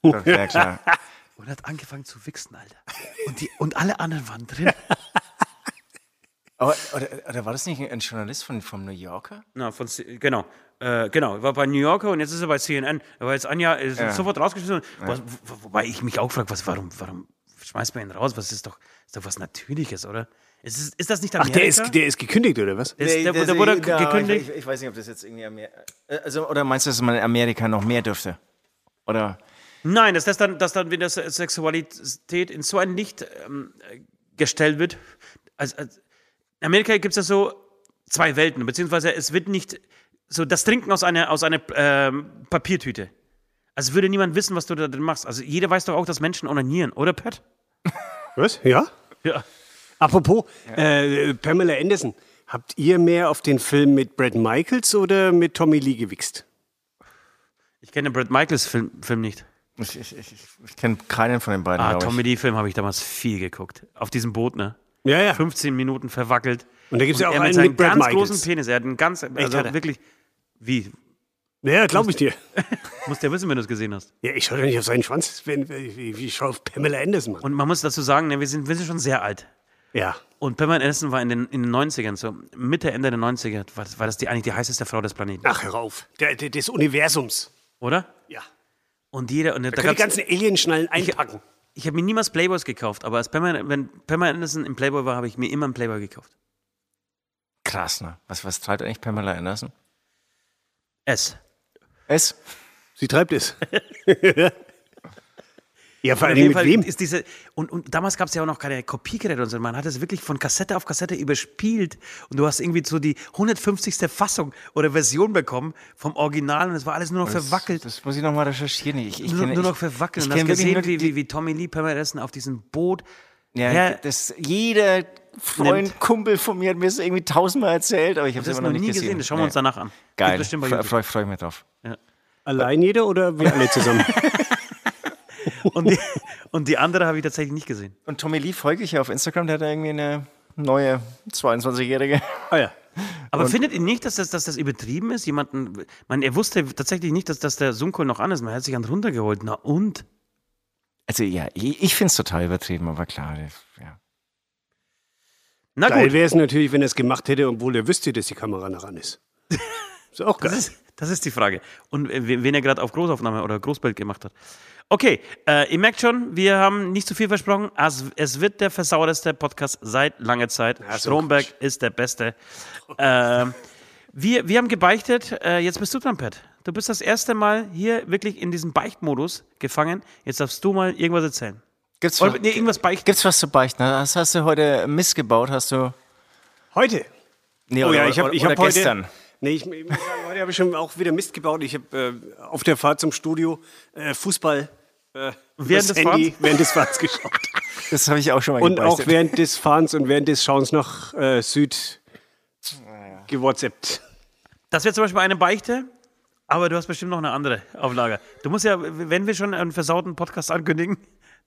B: Oh.
C: Ja, klar.
B: Und hat angefangen zu wichsen, Alter. Und, die, und alle anderen waren drin.
C: Aber, oder, oder war das nicht ein Journalist von, vom New Yorker?
B: Na, von, C- genau. Äh, genau, er war bei New Yorker und jetzt ist er bei CNN. Er war jetzt Anja, ist sofort rausgeschmissen. Was, wo- wobei ich mich auch frage, was, warum, warum schmeißt man ihn raus? Was ist doch, ist doch was Natürliches, oder? Ist, es- ist das nicht
D: Ach,
B: Amerika?
D: der ist, der ist gekündigt, oder was?
B: Der ist- der, der wurde ge- gekündigt.
C: Ich, ich, ich weiß nicht, ob das jetzt irgendwie Amerika. Also, oder meinst du, dass man in Amerika noch mehr dürfte? Oder.
B: Nein, dass das dann, dass dann wieder Se- Sexualität in so ein Licht ähm, äh, gestellt wird. Also, als, in Amerika gibt es ja so zwei Welten, beziehungsweise es wird nicht so das Trinken aus einer, aus einer ähm, Papiertüte. Also würde niemand wissen, was du da drin machst. Also jeder weiß doch auch, dass Menschen onanieren, oder Pat?
D: Was? Ja?
B: Ja.
D: Apropos, Äh, Pamela Anderson, habt ihr mehr auf den Film mit Brad Michaels oder mit Tommy Lee gewichst?
B: Ich kenne den Brad Michaels Film, Film nicht.
C: Ich, ich, ich, ich kenne keinen von den beiden.
B: Ah,
C: glaub ich.
B: Tommy Lee Film habe ich damals viel geguckt. Auf diesem Boot, ne?
D: Ja, ja.
B: 15 Minuten verwackelt.
D: Und da gibt's ja auch
B: er
D: einen
B: mit seinem
D: mit Brad
B: ganz
D: Michaels.
B: großen Penis. Er hat einen ganz, also
D: hat er?
B: wirklich, wie?
D: Ja, glaube ich dir.
B: Muss der wissen, wenn du es gesehen hast.
D: Ja, ich schaue doch nicht auf seinen Schwanz, wenn, ich, ich schaue auf Pamela Anderson, Mann.
B: Und man muss dazu sagen, ne, wir, sind, wir sind schon sehr alt.
D: Ja.
B: Und Pamela Anderson war in den, in den 90ern, so Mitte, Ende der 90er, war das, war das die, eigentlich die heißeste Frau des Planeten,
D: Ach, hör auf. Der, der, des Universums.
B: oder?
D: Ja.
B: Und jeder, und da
D: Können die
B: gab's,
D: ganzen Alienschnallen einpacken.
B: ich habe mir niemals Playboys gekauft, aber als Pamela, wenn Pamela Anderson im Playboy war, habe ich mir immer einen Playboy gekauft.
C: Krass, ne? Was, was treibt eigentlich Pamela Anderson?
B: S.
C: Es?
D: Sie treibt es. ja, vor allen
B: Auf
D: Dingen
B: jeden
D: mit
B: Fall
D: wem?
B: ist diese und, und damals gab es ja auch noch keine Kopiegeräte und so. Man hat es wirklich von Kassette auf Kassette überspielt und du hast irgendwie so die 150. Fassung oder Version bekommen vom Original und es war alles nur noch verwackelt.
C: Das muss ich nochmal recherchieren. Ich, ich
B: nur,
C: kenn-
B: nur
C: ich-
B: noch verwackeln.
C: ich
B: Und hast
C: kenn wirklich
B: gesehen,
C: nur
B: wie,
C: die-
B: wie, wie Tommy Lee Pemmerdessen auf diesem Boot.
C: Ja,
B: Ja,
C: das, jeder Freund,
B: Nimmt.
C: Kumpel von mir hat mir das irgendwie tausendmal erzählt, aber ich habe es
B: das
C: immer
B: noch
C: noch
B: nie
C: nicht
B: gesehen.
C: gesehen.
B: Das schauen wir uns danach an. Gibt
C: Geil,
B: Bestimmt bei
C: freue
B: YouTube.
C: freu, freu ich mich drauf.
D: Allein jeder oder wir alle zusammen?
B: und, die, [laughs] und die andere habe ich tatsächlich nicht gesehen.
C: Und Tommy Lee folge ich ja auf Instagram, der hat da irgendwie eine neue 22-Jährige.
D: ah ja.
B: Aber findet ihr nicht, dass das, dass das übertrieben ist? Jemanden, man, er wusste tatsächlich nicht, dass, dass der Zoom-Call noch an ist. Man hat sich einen runtergeholt. Na und?
C: Also ja, ich, ich finde es total übertrieben, aber klar, ja.
B: Na gut.
D: Geil wäre es natürlich, wenn er es gemacht hätte, obwohl er wüsste, dass die Kamera noch an ist. Ist auch
B: Das
D: geil.
B: ist, das ist die Frage. Und äh, we- wen er gerade auf Großaufnahme oder Großbild gemacht hat. Okay, äh, ihr merkt schon, wir haben nicht zu viel versprochen. Es, es wird der versauerste Podcast seit langer Zeit.
D: so
B: Stromberg ist der Beste. Ähm, wir, wir haben gebeichtet. Äh, jetzt bist du dran, Pat. Du bist das erste Mal hier wirklich in diesem Beichtmodus gefangen. Jetzt darfst du mal irgendwas erzählen.
C: Gibt's,
B: Oder, nee, irgendwas beichten.
C: gibt's was zu beichten? Hast, hast du heute missgebaut? Hast du.
D: Heute.
C: Nee,
D: oh
C: oder-
D: ja, ich
C: oder-
D: habe ich
C: oder
D: hab heute.
C: gestern.
D: Nee, ich, ich muss sagen, heute habe ich schon auch wieder Mist gebaut. Ich habe äh, auf der Fahrt zum Studio äh, Fußball äh, übers
B: des
D: Handy
B: Fahrens?
D: [laughs] während des Fahrens geschaut.
C: Das habe ich auch schon mal
D: Und auch
C: gebeichtet.
D: während des Fahrens und während des Schauens nach äh, Süd gewhatsappt.
B: Das wäre zum Beispiel eine Beichte, aber du hast bestimmt noch eine andere auf Lager. Du musst ja, wenn wir schon einen versauten Podcast ankündigen,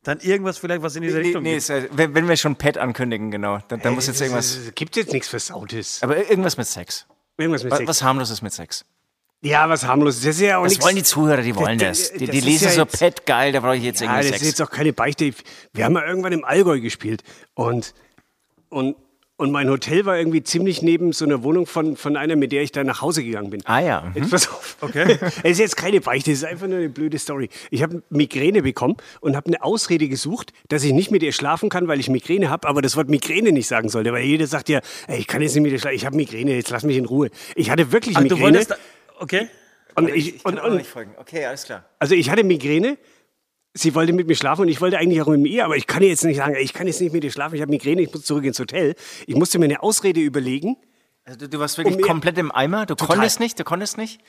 B: dann irgendwas vielleicht, was in diese
C: Nee,
B: Richtung
C: nee,
B: geht.
C: ist, äh, wenn, wenn wir schon Pet ankündigen, genau. Dann, dann muss jetzt irgendwas.
D: Es gibt jetzt nichts Versautes.
C: Aber irgendwas mit Sex.
D: Irgendwas mit
C: Was,
D: Sex.
C: was harmloses mit Sex.
D: Ja, was harmloses. Das ist ja auch
C: Das
D: nichts.
C: wollen die Zuhörer, die wollen
D: Das-
C: das. Die,
D: das
C: die
D: ist
C: lesen
D: ja
C: so
D: jetzt-
C: Pet geil, da brauche ich jetzt
D: Ja,
C: irgendwie
D: Ah, das
C: Sex.
D: ist jetzt auch keine Beichte. Wir haben mal irgendwann im Allgäu gespielt und, und, und mein Hotel war irgendwie ziemlich neben so einer Wohnung von, von einer, mit der ich dann nach Hause gegangen bin.
C: ah ja.
D: Jetzt pass auf. Okay. [laughs] Es ist jetzt keine Beichte, es ist einfach nur eine blöde Story. Ich habe Migräne bekommen und habe eine Ausrede gesucht, dass ich nicht mit ihr schlafen kann, weil ich Migräne habe, aber das Wort Migräne nicht sagen sollte, weil jeder sagt ja, ey, ich kann jetzt nicht mit dir schlafen, ich habe Migräne, jetzt lass mich in Ruhe. Ich hatte wirklich
B: Ach,
D: Migräne.
B: Ah, du wolltest. da- Okay.
D: und ich, und, und,
C: folgen. Okay, alles klar.
D: also ich hatte Migräne. Sie wollte mit mir schlafen und ich wollte eigentlich auch mit ihr, aber ich kann ihr jetzt nicht sagen, ey, ich kann jetzt nicht mit dir schlafen, ich habe Migräne, ich muss zurück ins Hotel. Ich musste mir eine Ausrede überlegen.
C: Also du, du warst wirklich
D: Um ihr-
C: komplett im Eimer. Du konntest nicht, du konntest nicht.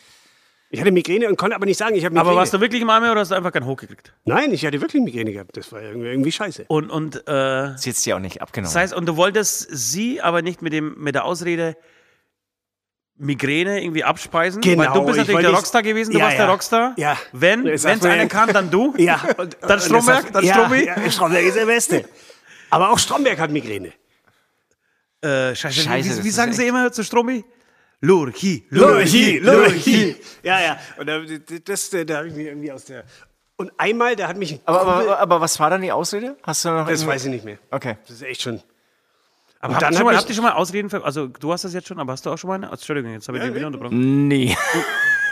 D: Ich hatte Migräne und konnte aber nicht sagen, ich habe Migräne.
B: Aber warst du wirklich im Arme oder hast du einfach keinen Hoch gekriegt?
D: Nein, ich hatte wirklich Migräne gehabt. Das war irgendwie, irgendwie scheiße.
B: Und, und, äh, das
C: Sie hat dir auch nicht abgenommen.
B: heißt, und du wolltest sie aber nicht mit, dem, mit der Ausrede Migräne irgendwie abspeisen? Weil
D: Genau,
B: du bist
D: ich
B: natürlich
D: wollte
B: der
D: nicht-
B: Rockstar gewesen, du
D: Ja,
B: warst
D: ja.
B: der Rockstar.
D: Ja.
B: Wenn
D: Das
B: es
D: sagt man ja.
B: einer kann, dann du.
D: Ja, und,
B: äh, Dann Stromberg, dann
D: ja,
B: Strombi.
D: Ja, Stromberg ist der Beste. Aber auch Stromberg hat Migräne.
B: Äh, scheiße,
C: Scheiße,
B: wie,
C: das
B: wie
C: ist
B: sagen sie immer zu Stromi? Lurchi,
D: Lurchi,
B: Lurchi, Lurchi.
D: Ja, ja. Und da, das, da habe ich mich irgendwie aus der. Und einmal, da hat mich. ein
C: aber,
D: Kumpel-
C: aber, aber was war dann die Ausrede? Hast du noch
D: das
C: irgendwie-
D: weiß ich nicht mehr.
C: Okay.
D: Das ist echt schon.
B: Aber
D: dann
B: habt ihr,
D: hat
B: schon mal,
D: mich-
B: habt ihr schon mal Ausreden ver Also, du hast das jetzt schon, aber hast du auch schon mal eine? Also, Entschuldigung, jetzt habe ich dich wieder unterbrochen. [laughs]
C: Nee,
D: Hm.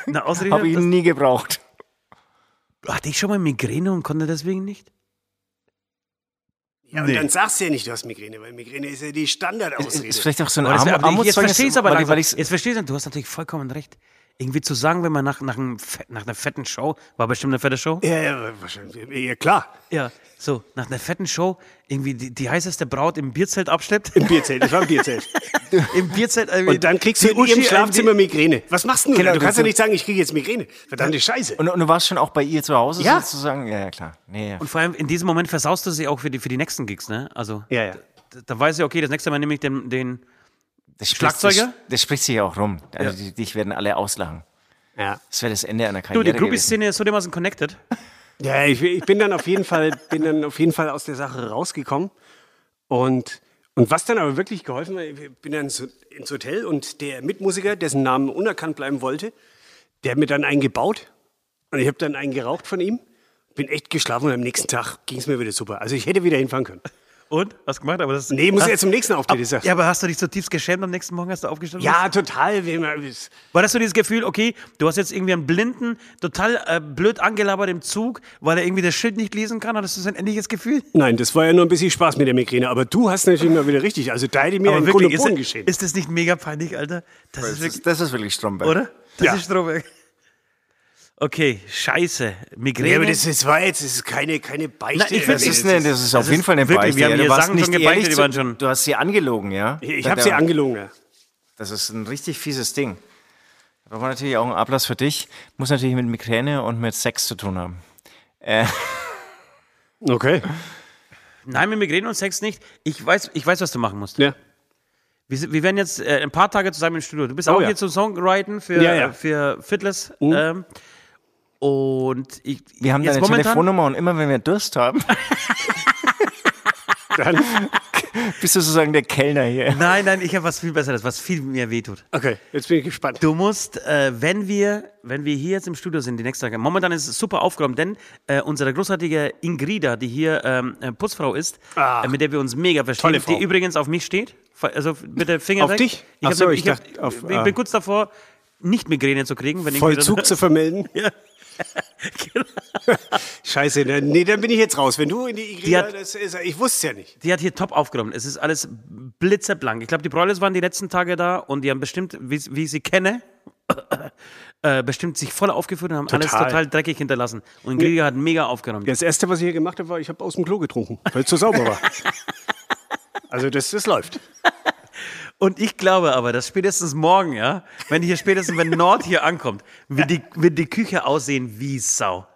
B: Eine Ausrede?
C: habe ich
B: dass-
C: nie gebraucht.
B: Oh, hatte ich schon mal Migräne und konnte deswegen nicht?
D: Ja, und dann sagst du ja nicht, du hast Migräne, weil Migräne ist ja die
C: Ist,
D: Standardausrede.
C: ist vielleicht auch so ein
B: Aber das,
C: Arm,
B: wär- aber ich, jetzt
C: Armutszeugnis,
B: verstehe ich es aber
C: weil,
B: langsam.
C: weil ich's-
B: Jetzt verstehe ich es. Du hast natürlich vollkommen recht. Irgendwie zu sagen, wenn man nach, nach, einem, fett- nach einer fetten Show, war bestimmt eine fette Show,
D: ja, ja, wahrscheinlich. Ja, klar.
B: ja, so, nach einer fetten Show, irgendwie die, die heißeste Braut im Bierzelt abschleppt.
D: [laughs] Im Bierzelt, das war ein Bierzelt.
B: Im Bierzelt. irgendwie
D: Und dann kriegst du
B: die
D: in ihrem
B: Uschi
D: Schlafzimmer Migräne. Was machst denn du?
C: Genau,
D: denn? du kannst
C: du-
D: ja nicht sagen, ich kriege jetzt Migräne. Verdammte Scheiße.
C: und, und du warst schon auch bei ihr zu Hause
D: Ja.
C: sozusagen? Ja, ja, klar. Nee, ja.
B: Und vor allem in diesem Moment versaust du sie auch für die, für die nächsten Gigs, ne? Also,
D: Ja, ja.
B: da, da weiß ich, okay, das nächste Mal nehme ich den, den
C: Das spricht-
B: Schlagzeuger?
C: Das, das spricht sich ja auch rum. Also die, dich werden alle auslachen.
D: Ja.
C: Das wäre das Ende einer Karriere
B: du, die
C: gewesen.
B: Groupie-Szene ist so dermaßen connected.
D: Ja, ich, ich bin dann auf jeden Fall, bin dann auf jeden Fall aus der Sache rausgekommen. Und, und was dann aber wirklich geholfen hat, ich bin dann so- ins Hotel und der Mitmusiker, dessen Namen unerkannt bleiben wollte, der hat mir dann einen gebaut und ich habe dann einen geraucht von ihm. Bin echt geschlafen und am nächsten Tag ging es mir wieder super. Also ich hätte wieder hinfahren können.
B: Und? Hast du gemacht? Aber das
D: Nee, muss
B: hast,
D: ja zum nächsten Auftritt. ist ja-
B: Ja, aber hast du dich zutiefst geschämt am nächsten Morgen, als du aufgestanden bist?
D: ja, total. wie man- ist-
B: War das so dieses Gefühl, okay, du hast jetzt irgendwie einen Blinden, total äh, blöd angelabert im Zug, weil er irgendwie das Schild nicht lesen kann? Hattest du so ein ähnliches Gefühl?
D: Nein, das war ja nur ein bisschen Spaß mit der Migräne. Aber du hast natürlich mal wieder richtig. Also da hätte mir ein Grund und
B: ist,
D: Boden geschehen.
B: ist das nicht mega peinlich, Alter? Das ist wirklich,
C: Das ist wirklich Stromberg.
B: oder? Das
D: Ja.
B: ist Strohberg. Okay, scheiße. Migräne.
D: Ja, aber das, das war jetzt das ist keine, keine Beichte.
B: Nein, ich find-
C: Das
D: Also,
C: ist, eine, das ist auf
B: ist
C: jeden Fall eine
B: wirklich-
C: Beichte.
B: wir haben
C: ja.
B: hier
C: du warst
B: Sachen
C: nicht
B: schon gebeichtet,
C: ehrlich
B: die
C: zu,
B: waren schon-
C: Du hast sie angelogen, ja?
D: Ich habe sie angelogen. Ja.
C: Das ist ein richtig fieses Ding. Da braucht man natürlich auch einen Ablass für dich. Muss natürlich mit Migräne und mit Sex zu tun haben.
D: Okay.
B: Nein, mit Migräne und Sex nicht. Ich weiß, ich weiß was du machen musst.
D: Ja.
B: Wir, sind- wir werden jetzt äh, ein paar Tage zusammen im Studio. Du bist
D: Oh
B: auch
D: ja.
B: hier zum Songwriting für,
D: Ja, ja. Uh.
B: äh, für Fitless. Ähm, und ich,
C: Wir haben
B: jetzt
C: deine Telefonnummer und immer wenn wir Durst haben, [laughs]
D: Dann,
C: bist du sozusagen der Kellner hier.
B: Nein, nein, ich habe was viel Besseres, was viel mehr wehtut.
D: okay, jetzt bin ich gespannt.
B: Du musst, äh, wenn wir, wenn wir hier jetzt im Studio sind, die nächsten Tage, momentan ist es super aufgeräumt, denn äh, unsere großartige Ingrida, die hier ähm, äh, Putzfrau ist,
D: Ah.
B: äh, mit der wir uns mega verstehen,
D: Tolle Frau.
B: die übrigens auf mich steht, fa- also f- bitte Finger
D: Auf
B: weg.
D: dich?
B: Ich,
D: Ach
B: hab, ne-,
D: so,
B: ich,
D: ich
B: hab,
D: dachte, auf,
B: bin,
D: ah.
B: bin kurz davor, nicht Migräne zu kriegen.
D: [laughs]
B: Wenn [laughs]
D: Vollzug zu vermelden.
B: Ja. Genau.
D: Scheiße, ne, nee, dann bin ich jetzt raus. Wenn du in die
B: Die
D: Igriga,
B: hat-
D: das ist, ich wusste es ja nicht.
B: Die hat hier top aufgeräumt. Es ist alles blitzeblank. Ich glaube, die Broilers waren die letzten Tage da und die haben bestimmt, wie, wie ich sie kenne, [coughs] äh, bestimmt sich voll aufgeführt und haben alles
D: Total.
B: total dreckig hinterlassen. Und Gregor hat mega aufgenommen.
D: Das Erste, was ich hier gemacht habe, war, ich habe aus dem Klo getrunken, weil es so sauber war. [laughs] Also das, das läuft.
B: Und ich glaube aber, dass spätestens morgen, ja, wenn hier spätestens, wenn Nord hier ankommt, wird die, wird die Küche aussehen wie Sau.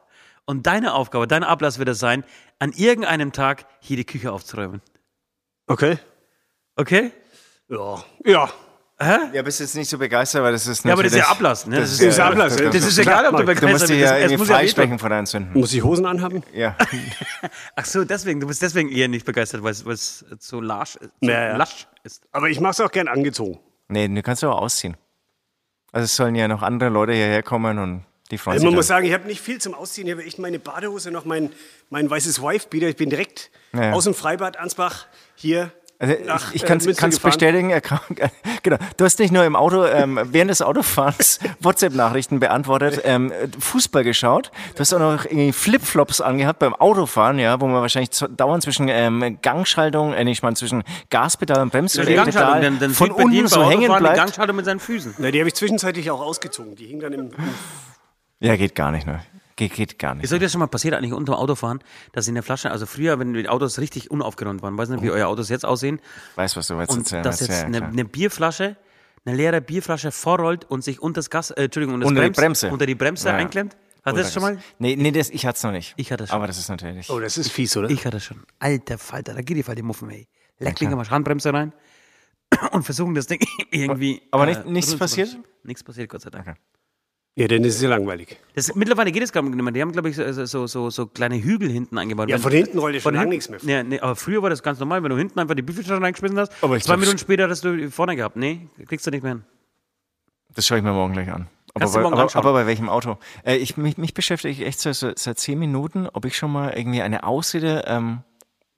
B: Und deine Aufgabe, dein Ablass wird es sein, an irgendeinem Tag hier die Küche aufzuräumen.
D: Okay.
B: Okay?
D: Ja. Ja.
C: Ja, bist jetzt nicht so begeistert, weil das ist
B: Ja, aber das ist ja
C: natürlich-
B: Ablass, ne? Das ist,
D: ist ja Ablass,
B: das ist egal, ob du
D: Du musst
C: Du
B: begeistert
C: musst
B: bist.
C: die ja
B: Es
C: irgendwie
B: muss ja wehtun.
C: freisprechen von der Anzünden.
D: Muss ich Hosen anhaben?
C: Ja.
B: Ach so, deswegen, du bist deswegen eher nicht begeistert, weil es- weil es so lasch,
D: Ja,
B: so
D: ja.
B: lasch ist.
D: Aber ich mache es auch gern angezogen.
C: Nee, du kannst aber ausziehen. Also es sollen ja noch andere Leute hierher kommen und die freuen
D: Also
C: sich.
D: man muss
C: dann.
D: sagen, ich habe nicht viel zum Ausziehen. Ich habe echt meine Badehose, noch mein, mein weißes Wife-Beater. Ich bin direkt
C: Ja.
D: aus dem Freibad Ansbach hier.
C: Also
D: nach,
C: ich ich
D: äh,
C: kann
D: Münster
C: es
D: gefahren.
C: bestätigen. er kam- [laughs] genau. Du hast nicht nur im Auto, ähm, während
B: [laughs]
C: des Autofahrens WhatsApp-Nachrichten beantwortet, ähm, Fußball geschaut. Du hast auch noch irgendwie Flipflops angehabt beim Autofahren, ja, wo man wahrscheinlich zu- dauernd zwischen ähm, Gangschaltung, äh, nicht mal zwischen Gaspedal und
B: Also Die Gangschaltung,
C: Bremspedal
B: dann, dann
C: von
B: sieht man
C: unten
B: jeden
C: so
B: beim
C: hängen
B: Autofahren die
C: bleibt.
B: Gangschaltung mit seinen Füßen.
D: Na, die habe ich zwischenzeitlich auch ausgezogen. Die hing dann im, im
C: Ja, geht gar nicht, ne? Geht, geht gar
B: Ist
C: nicht.
B: euch das schon mal passiert, eigentlich unter dem Autofahren, dass in der Flasche, also früher, wenn die Autos richtig unaufgeräumt waren, weiß nicht, wie euer Autos jetzt aussehen,
C: Weiß, was du jetzt
B: und
C: erzählen
B: dass
C: willst.
B: jetzt
C: Oh. Ja,
B: eine, ne-
C: klar.
B: eine Bierflasche, eine leere Bierflasche vorrollt und sich unter das Gas, äh, Entschuldigung, unter, das
C: Unter die
B: Brems-
C: Bremse.
B: unter die Bremse
C: Ja. Oh,
B: einklemmt. Hat das schon mal?
C: Nee, nee das, ich hatte es noch nicht.
B: Ich hatte es schon.
C: Aber das ist natürlich.
D: Oh, das ist fies, oder?
B: Ich hatte schon. Alter Falter, da geht die Falte Muffen, ey. Lecklinge mal Handbremse rein [clears throat] und versuchen das Ding [laughs] irgendwie. äh,
C: Aber nicht- nichts
B: runterzubekommen.
C: passiert?
B: Nichts passiert, Gott sei Dank.
D: ja, dann ist es ja langweilig.
B: Das, mittlerweile geht es gar nicht mehr. Die haben, glaube ich, so, so, so, so kleine Hügel hinten angebaut.
D: Ja,
B: Wenn-
D: von hinten rollt ja schon
B: Von
D: lange
B: hinten-
D: nichts mehr.
B: Ja, nee, aber früher war das ganz normal, wenn du hinten einfach die Büffelflasche reingeschmissen hast.
C: Aber ich
B: zwei
C: glaub's-
B: Minuten später hast du die vorne gehabt. Nee, kriegst du nicht mehr hin.
C: Das schaue ich mir morgen gleich an. Aber
B: Kannst du
C: bei,
B: morgen
C: aber,
B: anschauen.
C: aber bei welchem Auto? Äh, ich, mich, mich beschäftige ich echt so, so, seit zehn Minuten, ob ich schon mal irgendwie eine Ausrede ähm,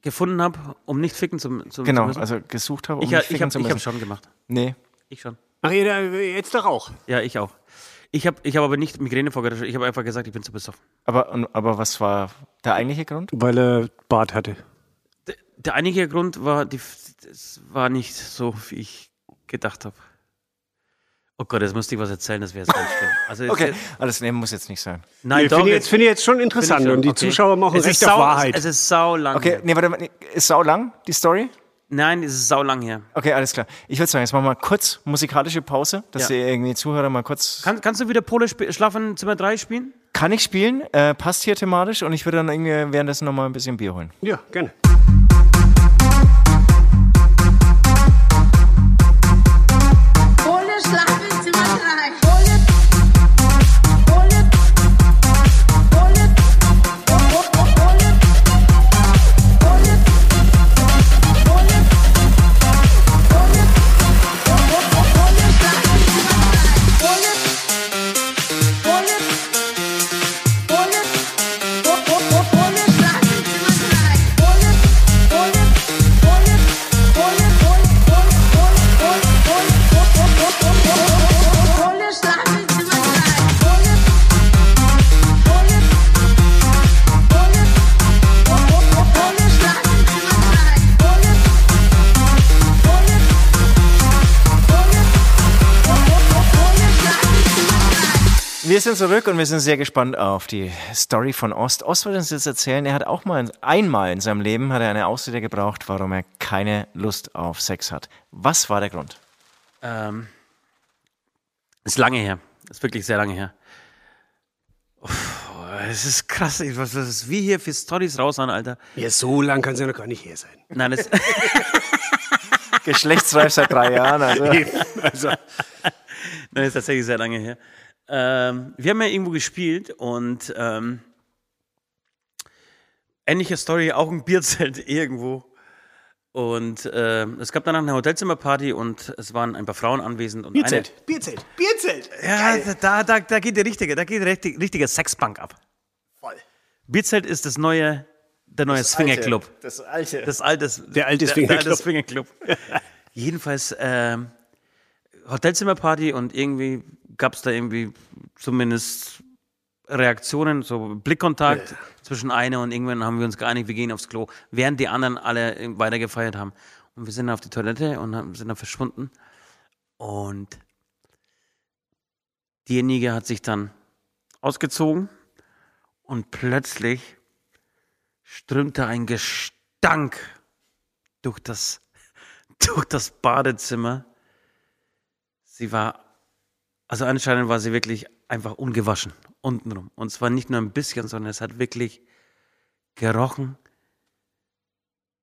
B: Gefunden habe, um nicht ficken zu, zu, zu
C: genau,
B: müssen.
C: also gesucht habe, um
B: ich
C: mich
B: ich
C: ficken
B: habe
C: zu
B: ich
C: müssen.
B: hab schon gemacht.
C: nee.
B: Ich schon.
D: Ach, ihr, da- jetzt doch auch.
B: Ja, ich auch. Ich habe ich hab aber nicht Migräne vorgetäuscht. Ich habe einfach gesagt, ich bin zu besoffen.
C: Aber, und- aber was war der eigentliche Grund?
D: Weil er Bart hatte.
B: Der, der einzige Grund war, die, es war nicht so, wie ich gedacht habe. Oh Gott, jetzt müsste ich was erzählen, das wäre jetzt ganz schlimm. Also jetzt-
C: Okay,
B: jetzt-
C: alles nehmen muss jetzt nicht sein.
B: nein,
D: Nee,
B: doch.
D: Äh, Finde ich, jetzt- finde ich jetzt schon interessant.
B: schon,
D: und die
B: okay.
D: Zuschauer machen
B: Es ist
D: recht auf
B: sau-
D: Wahrheit.
B: Es ist sau lang.
C: Okay,
B: Her.
C: nee, warte mal, nee, ist sau lang, die Story?
B: Nein, es ist sau lang her.
C: Okay, alles klar. Ich würde sagen, jetzt machen wir mal kurz musikalische Pause, dass
B: Ja.
C: die irgendwie Zuhörer mal kurz.
B: Kann, kannst du wieder Pole sp- schlafen Zimmer 3 spielen?
C: Kann ich spielen? Äh, passt hier thematisch und ich würde dann irgendwie währenddessen nochmal ein bisschen Bier holen.
D: ja, gerne.
E: Ohne Schlafenzimmer 3. Ohne. Ohne. Ohne. Ohne. Ohne. Ohne. Ohne. Ohne. Ohne Schlafenzimmer 3. Ohne. Ohne. Ohne. Ohne Schlafenzimmer 3. Ohne. Ohne. Ohne. Ohne. Ohne. Ohne. Ohne. Ohne Schlafenzimmer sein. Ohne. Ohne. Ohne. Oh, oh, oh, ohne Schlafenzimmer sein. Ohne. Ohne. Ohne. Oh, oh, oh, ohne Schlafenzimmer sein.
C: Wir sind zurück und wir sind sehr gespannt auf die Story von Ost. Ost wird uns jetzt erzählen, er hat auch mal einmal in seinem Leben hat er eine Ausrede gebraucht, warum er keine Lust auf Sex hat. Was war der Grund?
B: Ähm, ist lange her. Ist wirklich sehr lange her. Uff, Es ist krass, ey, was, was was wir hier für Stories raushauen, Alter.
D: Ja, so lang kann es ja noch gar nicht her sein.
B: Nein, das,
C: Geschlechtsreif seit drei Jahren. Also.
D: also,
B: Nein, ist tatsächlich sehr lange her. Ähm, wir haben ja irgendwo gespielt und ähm, ähnliche Story, auch ein Bierzelt [laughs] irgendwo. Und ähm, es gab danach eine Hotelzimmerparty und es waren ein paar Frauen anwesend. Und
D: Bierzelt, Bierzelt, Bierzelt.
B: Eine, ja, da, da, da geht der richtige, da geht der richtig, richtige Sexpunk ab.
D: Voll.
B: Bierzelt ist das neue, der neue Swingerclub.
C: Das alte.
B: Das alte,
D: Der alte Swingerclub.
B: Der alte Swingerclub. [laughs] Jedenfalls ähm, Hotelzimmerparty und irgendwie gab es da irgendwie zumindest Reaktionen, so Blickkontakt zwischen einer und irgendwann haben wir uns geeinigt, wir gehen aufs Klo, während die anderen alle äh, weitergefeiert haben. Und wir sind dann auf die Toilette und haben, sind dann verschwunden. Und Diejenige hat sich dann ausgezogen und plötzlich strömte ein Gestank durch das, [laughs] durch das Badezimmer. Sie war, also anscheinend war sie wirklich einfach ungewaschen untenrum. Und zwar nicht nur ein bisschen, sondern es hat wirklich gerochen.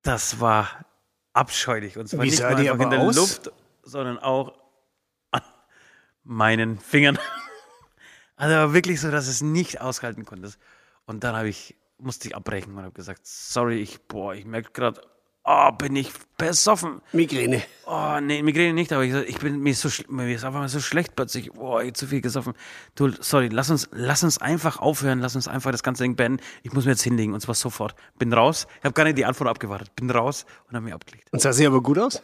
B: Das war abscheulich. Und zwar
D: Wie
B: nicht
D: sah
B: nur
D: die
B: einfach in
D: aber
B: der
D: aus?
B: Luft, sondern auch an meinen Fingern. [laughs] Also war wirklich so, dass es nicht aushalten konnte. Und dann habe ich, musste ich abbrechen und habe gesagt, sorry, ich, boah, ich merke gerade, oh, bin ich besoffen.
D: Migräne.
B: Oh, nee, Migräne nicht, aber ich, so- ich bin mir ist so schl- mir ist einfach mal so schlecht plötzlich. Boah, ich hab zu viel gesoffen. Du, sorry, lass uns, lass uns einfach aufhören, lass uns einfach das ganze Ding beenden. Ich muss mir jetzt hinlegen und zwar sofort. Bin raus. Ich habe gar nicht die Antwort abgewartet. Bin raus und habe mich abgelegt.
D: Und sah sie aber gut aus?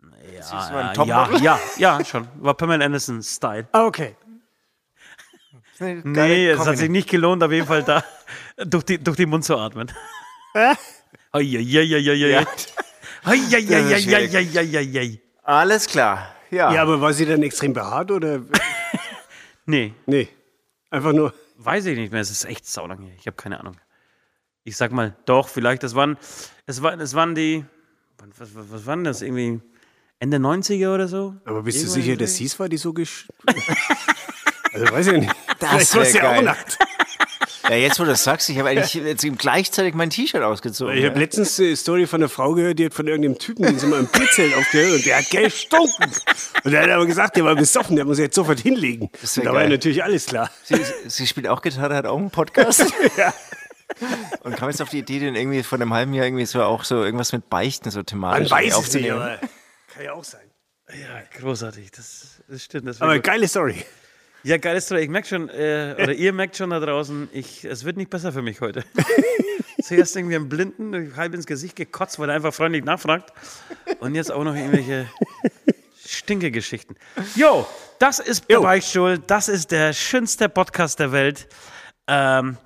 C: du ein
B: Ah, ja,
C: Topmodel?
B: ja, ja, schon. War Pamela Anderson Style.
D: Ah, okay.
B: Nee, es hat sich nicht gelohnt, auf jeden Fall da durch, die, durch den Mund zu atmen. Eieieiei. Eieieiei.
C: [laughs] Alles klar. Ja.
D: Ja, aber war sie dann extrem behaart oder?
B: Nee,
D: [laughs] Nee. Einfach nur.
B: weiß ich nicht mehr. Es ist echt saulang hier. Ich habe keine Ahnung. Ich sag mal, doch, vielleicht. Das waren, es waren, es waren die, wann- was, was, was waren das? Irgendwie Ende 90er oder so?
D: Aber bist du sicher, dass sie es war, die so gesch. [laughs] also weiß ich nicht. Vielleicht
C: wär
D: war's ja auch
C: geil.
D: nackt.
C: ja, jetzt wo du das sagst, ich habe eigentlich jetzt eben gleichzeitig mein T-Shirt ausgezogen.
D: Ich habe
C: ja.
D: letztens eine Story von einer Frau gehört, die hat von irgendeinem Typen, den sie mal im Bierzelt aufgehört und der hat gestunken. Und der hat aber gesagt, der war besoffen, der muss jetzt sofort hinlegen.
C: ist ja
D: Und da war ja
C: geil.
D: natürlich alles klar.
C: sie, sie spielt auch Gitarre, hat auch
D: [laughs]
C: einen Podcast. Und kam jetzt auf die Idee, den irgendwie vor einem halben Jahr irgendwie so auch so irgendwas mit Beichten so
D: Man
C: thematisch
D: weiß es nicht,
C: aufzunehmen.
D: aber kann ja auch sein.
B: Ja, großartig. Das, das stimmt. Das war
D: Aber
B: gut.
D: geile Story.
B: Ja, geile Story. Ich merke schon, äh, oder ihr merkt schon da draußen, ich, es wird nicht besser für
D: [laughs]
B: mich heute. Zuerst irgendwie einen Blinden halb ins Gesicht gekotzt, weil er einfach freundlich nachfragt. Und jetzt auch noch irgendwelche Stinke-Geschichten. Jo, das ist der Beichtstuhl. Das ist der schönste Podcast der Welt. Ähm,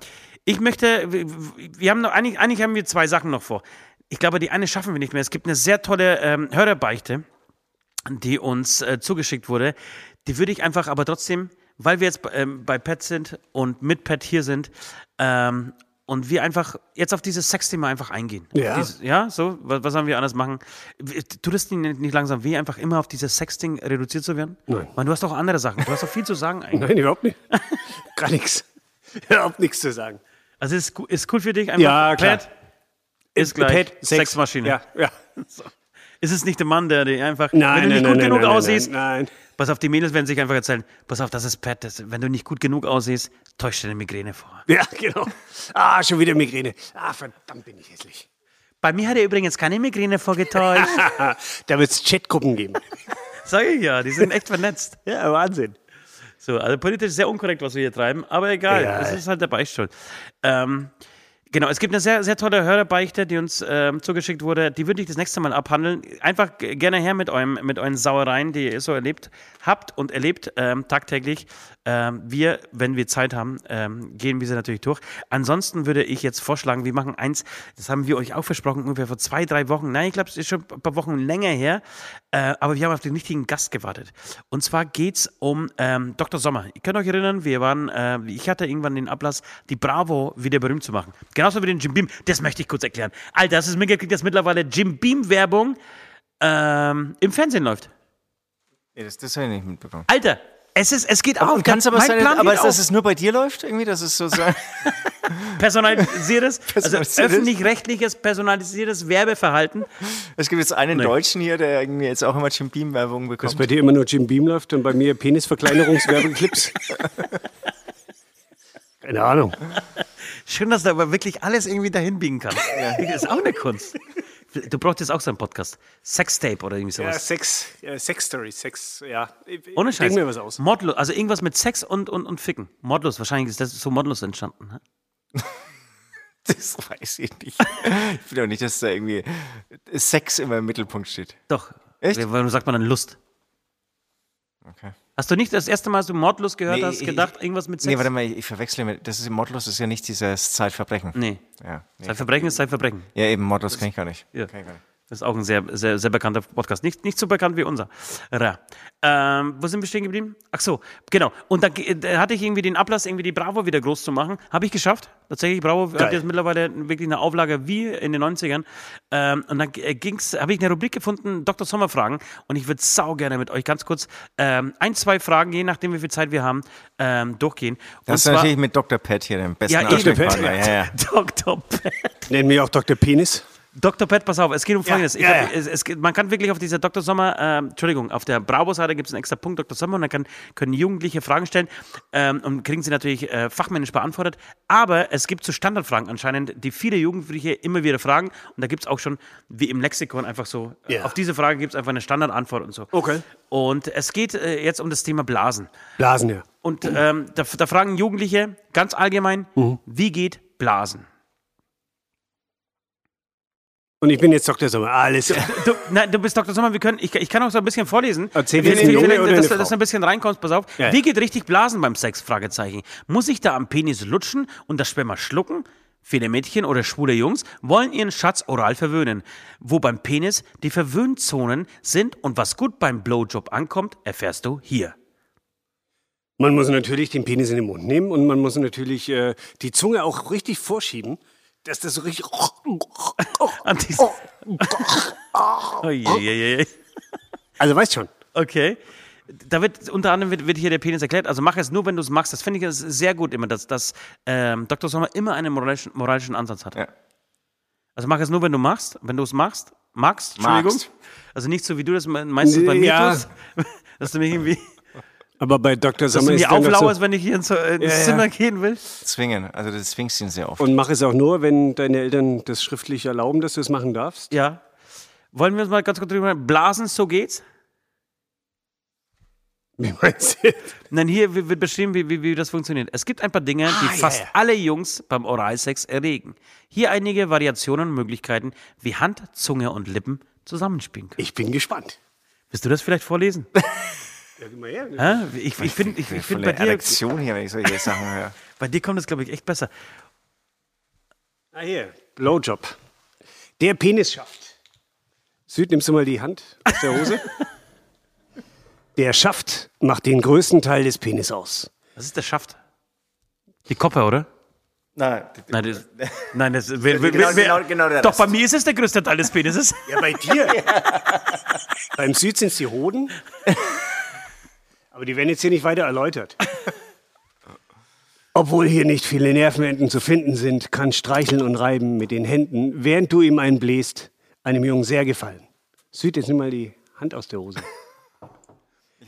B: ich möchte, wir, wir haben noch, eigentlich, eigentlich haben wir zwei Sachen noch vor. Ich glaube, die eine schaffen wir nicht mehr. Es gibt eine sehr tolle ähm, Hörerbeichte die uns äh, zugeschickt wurde. Die würde ich einfach aber trotzdem, weil wir jetzt ähm, bei Pet sind und mit Pet hier sind, ähm, und wir einfach jetzt auf dieses Sexthema einfach eingehen.
D: Ja.
B: Auf Dieses, ja, so, was, was sollen wir anders machen? W- Tut es dir nicht langsam weh, einfach immer auf dieses Sexting reduziert zu werden? Nein. Weil du hast doch andere Sachen. Du hast doch viel zu sagen eigentlich.
D: Nein, überhaupt nicht. [laughs] Gar nichts. [laughs] Überhaupt nichts zu sagen.
B: Also ist, gu- ist cool für dich einfach.
D: Ja, klar.
B: Pet ist gleich
D: Pet, Sex.
B: Sexmaschine.
D: Ja, ja.
B: Ist es nicht der Mann, der dir einfach,
D: Nein, nein,
B: wenn du nicht
D: nein,
B: gut
D: nein,
B: genug
D: nein,
B: aussiehst,
D: Nein, [laughs] nein.
B: Pass auf, die Mädels werden sich einfach erzählen, pass auf, das ist Pat, das, wenn du nicht gut genug aussiehst, täuscht deine Migräne vor.
D: Ja, genau. Ah, schon wieder Migräne. Ah, verdammt bin ich hässlich.
B: Bei mir hat er übrigens keine Migräne vorgetäuscht.
D: [laughs] Ah, da wird es Chatgruppen geben.
B: Sag ich ja, die sind echt vernetzt.
D: Ja, Wahnsinn.
B: So, also politisch sehr unkorrekt, was wir hier treiben, aber egal,
D: Ja.
B: es ist halt der Beichtstuhl. Ähm, genau, es gibt eine sehr, sehr tolle Hörerbeichte, die uns ähm, zugeschickt wurde, die würde ich das nächste Mal abhandeln. Einfach g- gerne her mit, eurem, mit euren Sauereien, die ihr so erlebt habt und erlebt ähm, tagtäglich. Ähm, wir, wenn wir Zeit haben, ähm, gehen wir sie natürlich durch. Ansonsten würde ich jetzt vorschlagen, wir machen eins, das haben wir euch auch versprochen, ungefähr vor zwei, drei Wochen. Nein, ich glaube, es ist schon ein paar Wochen länger her, äh, aber wir haben auf den richtigen Gast gewartet. Und zwar geht es um ähm, Dr. Sommer. Ihr könnt euch erinnern, wir waren, äh, ich hatte irgendwann den Ablass, die Bravo wieder berühmt zu machen. Genauso wie den Jim Beam. Das möchte ich kurz erklären. Alter, das ist mitgekriegt, dass mittlerweile Jim Beam-Werbung ähm, im Fernsehen läuft.
C: Nee, das das habe ich nicht mitbekommen.
B: Alter, es, ist, es geht auf.
C: Kann es aber
B: Mein
C: sein,
B: Plan
C: aber
B: geht
C: ist, dass
B: auf.
C: es nur bei dir läuft? Irgendwie, dass es
B: [laughs]
C: so sein. [laughs]
B: personalisiertes, also
C: Personalisiertes.
B: öffentlich-rechtliches, personalisiertes Werbeverhalten.
C: Es gibt jetzt einen Deutschen hier, der irgendwie jetzt auch immer Jim Beam Werbung bekommt.
D: Dass bei dir immer nur Jim Beam läuft und bei mir Penisverkleinerungswerbeclips. [laughs] Keine Ahnung.
B: Schön, dass du aber wirklich alles irgendwie dahin biegen kannst. Das [laughs] ist auch eine Kunst. Du brauchst jetzt auch so einen Podcast. Sextape oder irgendwie sowas.
D: Sex, ja, Sex-Story, Sex, ja.
B: Ohne Scheiß.
D: Denk mir was aus.
B: Modlos, also irgendwas mit Sex und, und, und Ficken. Modlos, wahrscheinlich ist das so Modlos entstanden. Ne?
C: [laughs] Das weiß ich nicht. Ich finde auch nicht, dass da irgendwie Sex immer im Mittelpunkt steht.
B: Doch.
C: Echt?
B: Wie- Warum sagt man dann Lust?
C: Okay.
B: Hast du nicht das erste Mal, als du Modlos gehört
C: Nee,
B: hast,
C: ich-
B: gedacht, irgendwas mit Sex?
C: Nee, warte mal, ich verwechsel immer. Das ist Modlos, ist ja nicht dieses Zeitverbrechen.
B: Nee.
C: Ja, nee.
B: Sein Verbrechen ist sein Verbrechen.
C: ja, eben, Modlos kenne ich gar nicht.
B: Ja.
C: Kenn ich gar nicht.
B: Das ist auch ein sehr, sehr, sehr bekannter Podcast. Nicht, nicht so bekannt wie unser. Ra. Ähm, wo sind wir stehen geblieben? Ach so, genau. Und da, ge- da hatte ich irgendwie den Ablass, irgendwie die Bravo wieder groß zu machen. Habe ich geschafft. Tatsächlich, Bravo hat jetzt mittlerweile wirklich eine Auflage wie in den 90ern. Ähm, und dann äh, ging's, habe ich eine Rubrik gefunden, Dr. Sommer Fragen. Und ich würde sau gerne mit euch ganz kurz ähm, ein, zwei Fragen, je nachdem, wie viel Zeit wir haben, ähm, durchgehen. Und
C: Das ist
B: [laughs]
C: natürlich mit Dr. Pat hier den besten
B: ja, eben.
C: Ansprechpartner. Ja, ja.
B: Dr. Pat.
D: Nennen wir auch Dr. Penis.
B: Dr. Pet, pass auf, es geht um Folgendes. Ich
D: ja, ja.
B: hab, Es, es, geht- man kann wirklich auf dieser Dr. Sommer, ähm, Entschuldigung, auf der Bravo-Seite gibt es einen extra Punkt Dr. Sommer und dann kann, können Jugendliche Fragen stellen ähm, und kriegen sie natürlich äh, fachmännisch beantwortet. Aber es gibt so Standardfragen anscheinend, die viele Jugendliche immer wieder fragen und da gibt es auch schon, wie im Lexikon, einfach so, äh,
D: Ja.
B: auf diese Frage gibt es einfach eine Standardantwort und so.
D: Okay.
B: Und es geht äh, jetzt um das Thema Blasen.
D: Blasen, ja.
B: Und ähm, da, da fragen Jugendliche ganz allgemein,
D: Mhm.
B: wie geht Blasen?
D: Und ich bin jetzt Dr. Sommer.
B: [laughs]
D: Alles.
B: Du, nein, du bist Dr. Sommer, wir können, ich, ich kann auch so ein bisschen vorlesen.
D: Erzähl,
B: Wenn
D: wir sind
B: du-
D: Junge
B: wenn du-
D: oder
B: dass,
D: eine
B: dass du
D: Frau?
B: ein bisschen reinkommst, pass auf.
D: Ja.
B: Wie geht richtig Blasen beim Sex? Fragezeichen. Muss ich da am Penis lutschen und das Sperma schlucken? Viele Mädchen oder schwule Jungs wollen ihren Schatz oral verwöhnen. Wo beim Penis die Verwöhnzonen sind und was gut beim Blowjob ankommt, erfährst du hier.
D: Man muss natürlich den Penis in den Mund nehmen und man muss natürlich äh, die Zunge auch richtig vorschieben, dass das so richtig.
B: [laughs] An diesem- Oh, je, je, je.
D: Also weißt schon.
B: Okay. Da wird unter anderem wird, wird hier der Penis erklärt. Also mach es nur, wenn du es machst. Das finde ich das ist sehr gut immer, dass, dass ähm, Dr. Sommer immer einen moralischen, moralischen Ansatz hat.
C: Ja.
B: Also mach es nur, wenn du machst, wenn du es machst, magst, Entschuldigung.
C: Magst.
B: Also nicht so wie du das me- meistens bei mir
D: Ja.
B: tust. [laughs] Dass du mich irgendwie,
D: Aber bei Dr.
B: dass
D: Sommer
B: du
D: ist
B: mir
D: dann noch
B: auflauerst,
D: so,
B: wenn ich hier ins, äh, ins
D: Ja, ja.
B: Zimmer gehen will.
C: Zwingen. Also das zwingst ihn sehr oft.
D: Und mach es auch nur, wenn deine Eltern das schriftlich erlauben, dass du es machen darfst.
B: Ja. Wollen wir uns mal ganz kurz drüber blasen, so geht's?
D: Wie meinst du?
B: Nein, hier wi- wird beschrieben, wie, wie, wie das funktioniert. Es gibt ein paar Dinge, die
D: Ah, ja,
B: fast
D: ja.
B: alle Jungs beim Oralsex erregen. Hier einige Variationen und Möglichkeiten, wie Hand, Zunge und Lippen zusammenspielen können.
D: Ich bin gespannt.
B: Willst du das vielleicht [laughs] vorlesen?
D: Ja, gib mal her.
B: Hä? ich ich finde ich, ich find bei,
C: Volle
B: dir,
C: Erektion hier, wenn ich solche Sachen höre.
B: bei dir kommt das, glaube ich, echt besser.
D: Ah, hier. Blowjob. Der Penis schafft. Süd, nimmst du mal die Hand aus der [laughs] Hose? der Schaft macht den größten Teil des Penis aus.
B: Was ist der Schaft? Die Koppe, oder?
C: Nein,
B: Nein, das, nein, das wer, wer,
C: Genau-
B: wer,
C: genau- genau der
B: Doch,
C: Rest.
B: bei mir ist es der größte Teil des Penises.
D: Ja, bei
C: [laughs]
D: dir. Beim Süd sind es die Hoden. Aber die werden jetzt hier nicht weiter erläutert. Obwohl hier nicht viele Nervenenden zu finden sind, kann Streicheln und Reiben mit den Händen, während du ihm einen bläst, einem Jungen sehr gefallen. Süd, jetzt nimm mal die Hand aus der Hose.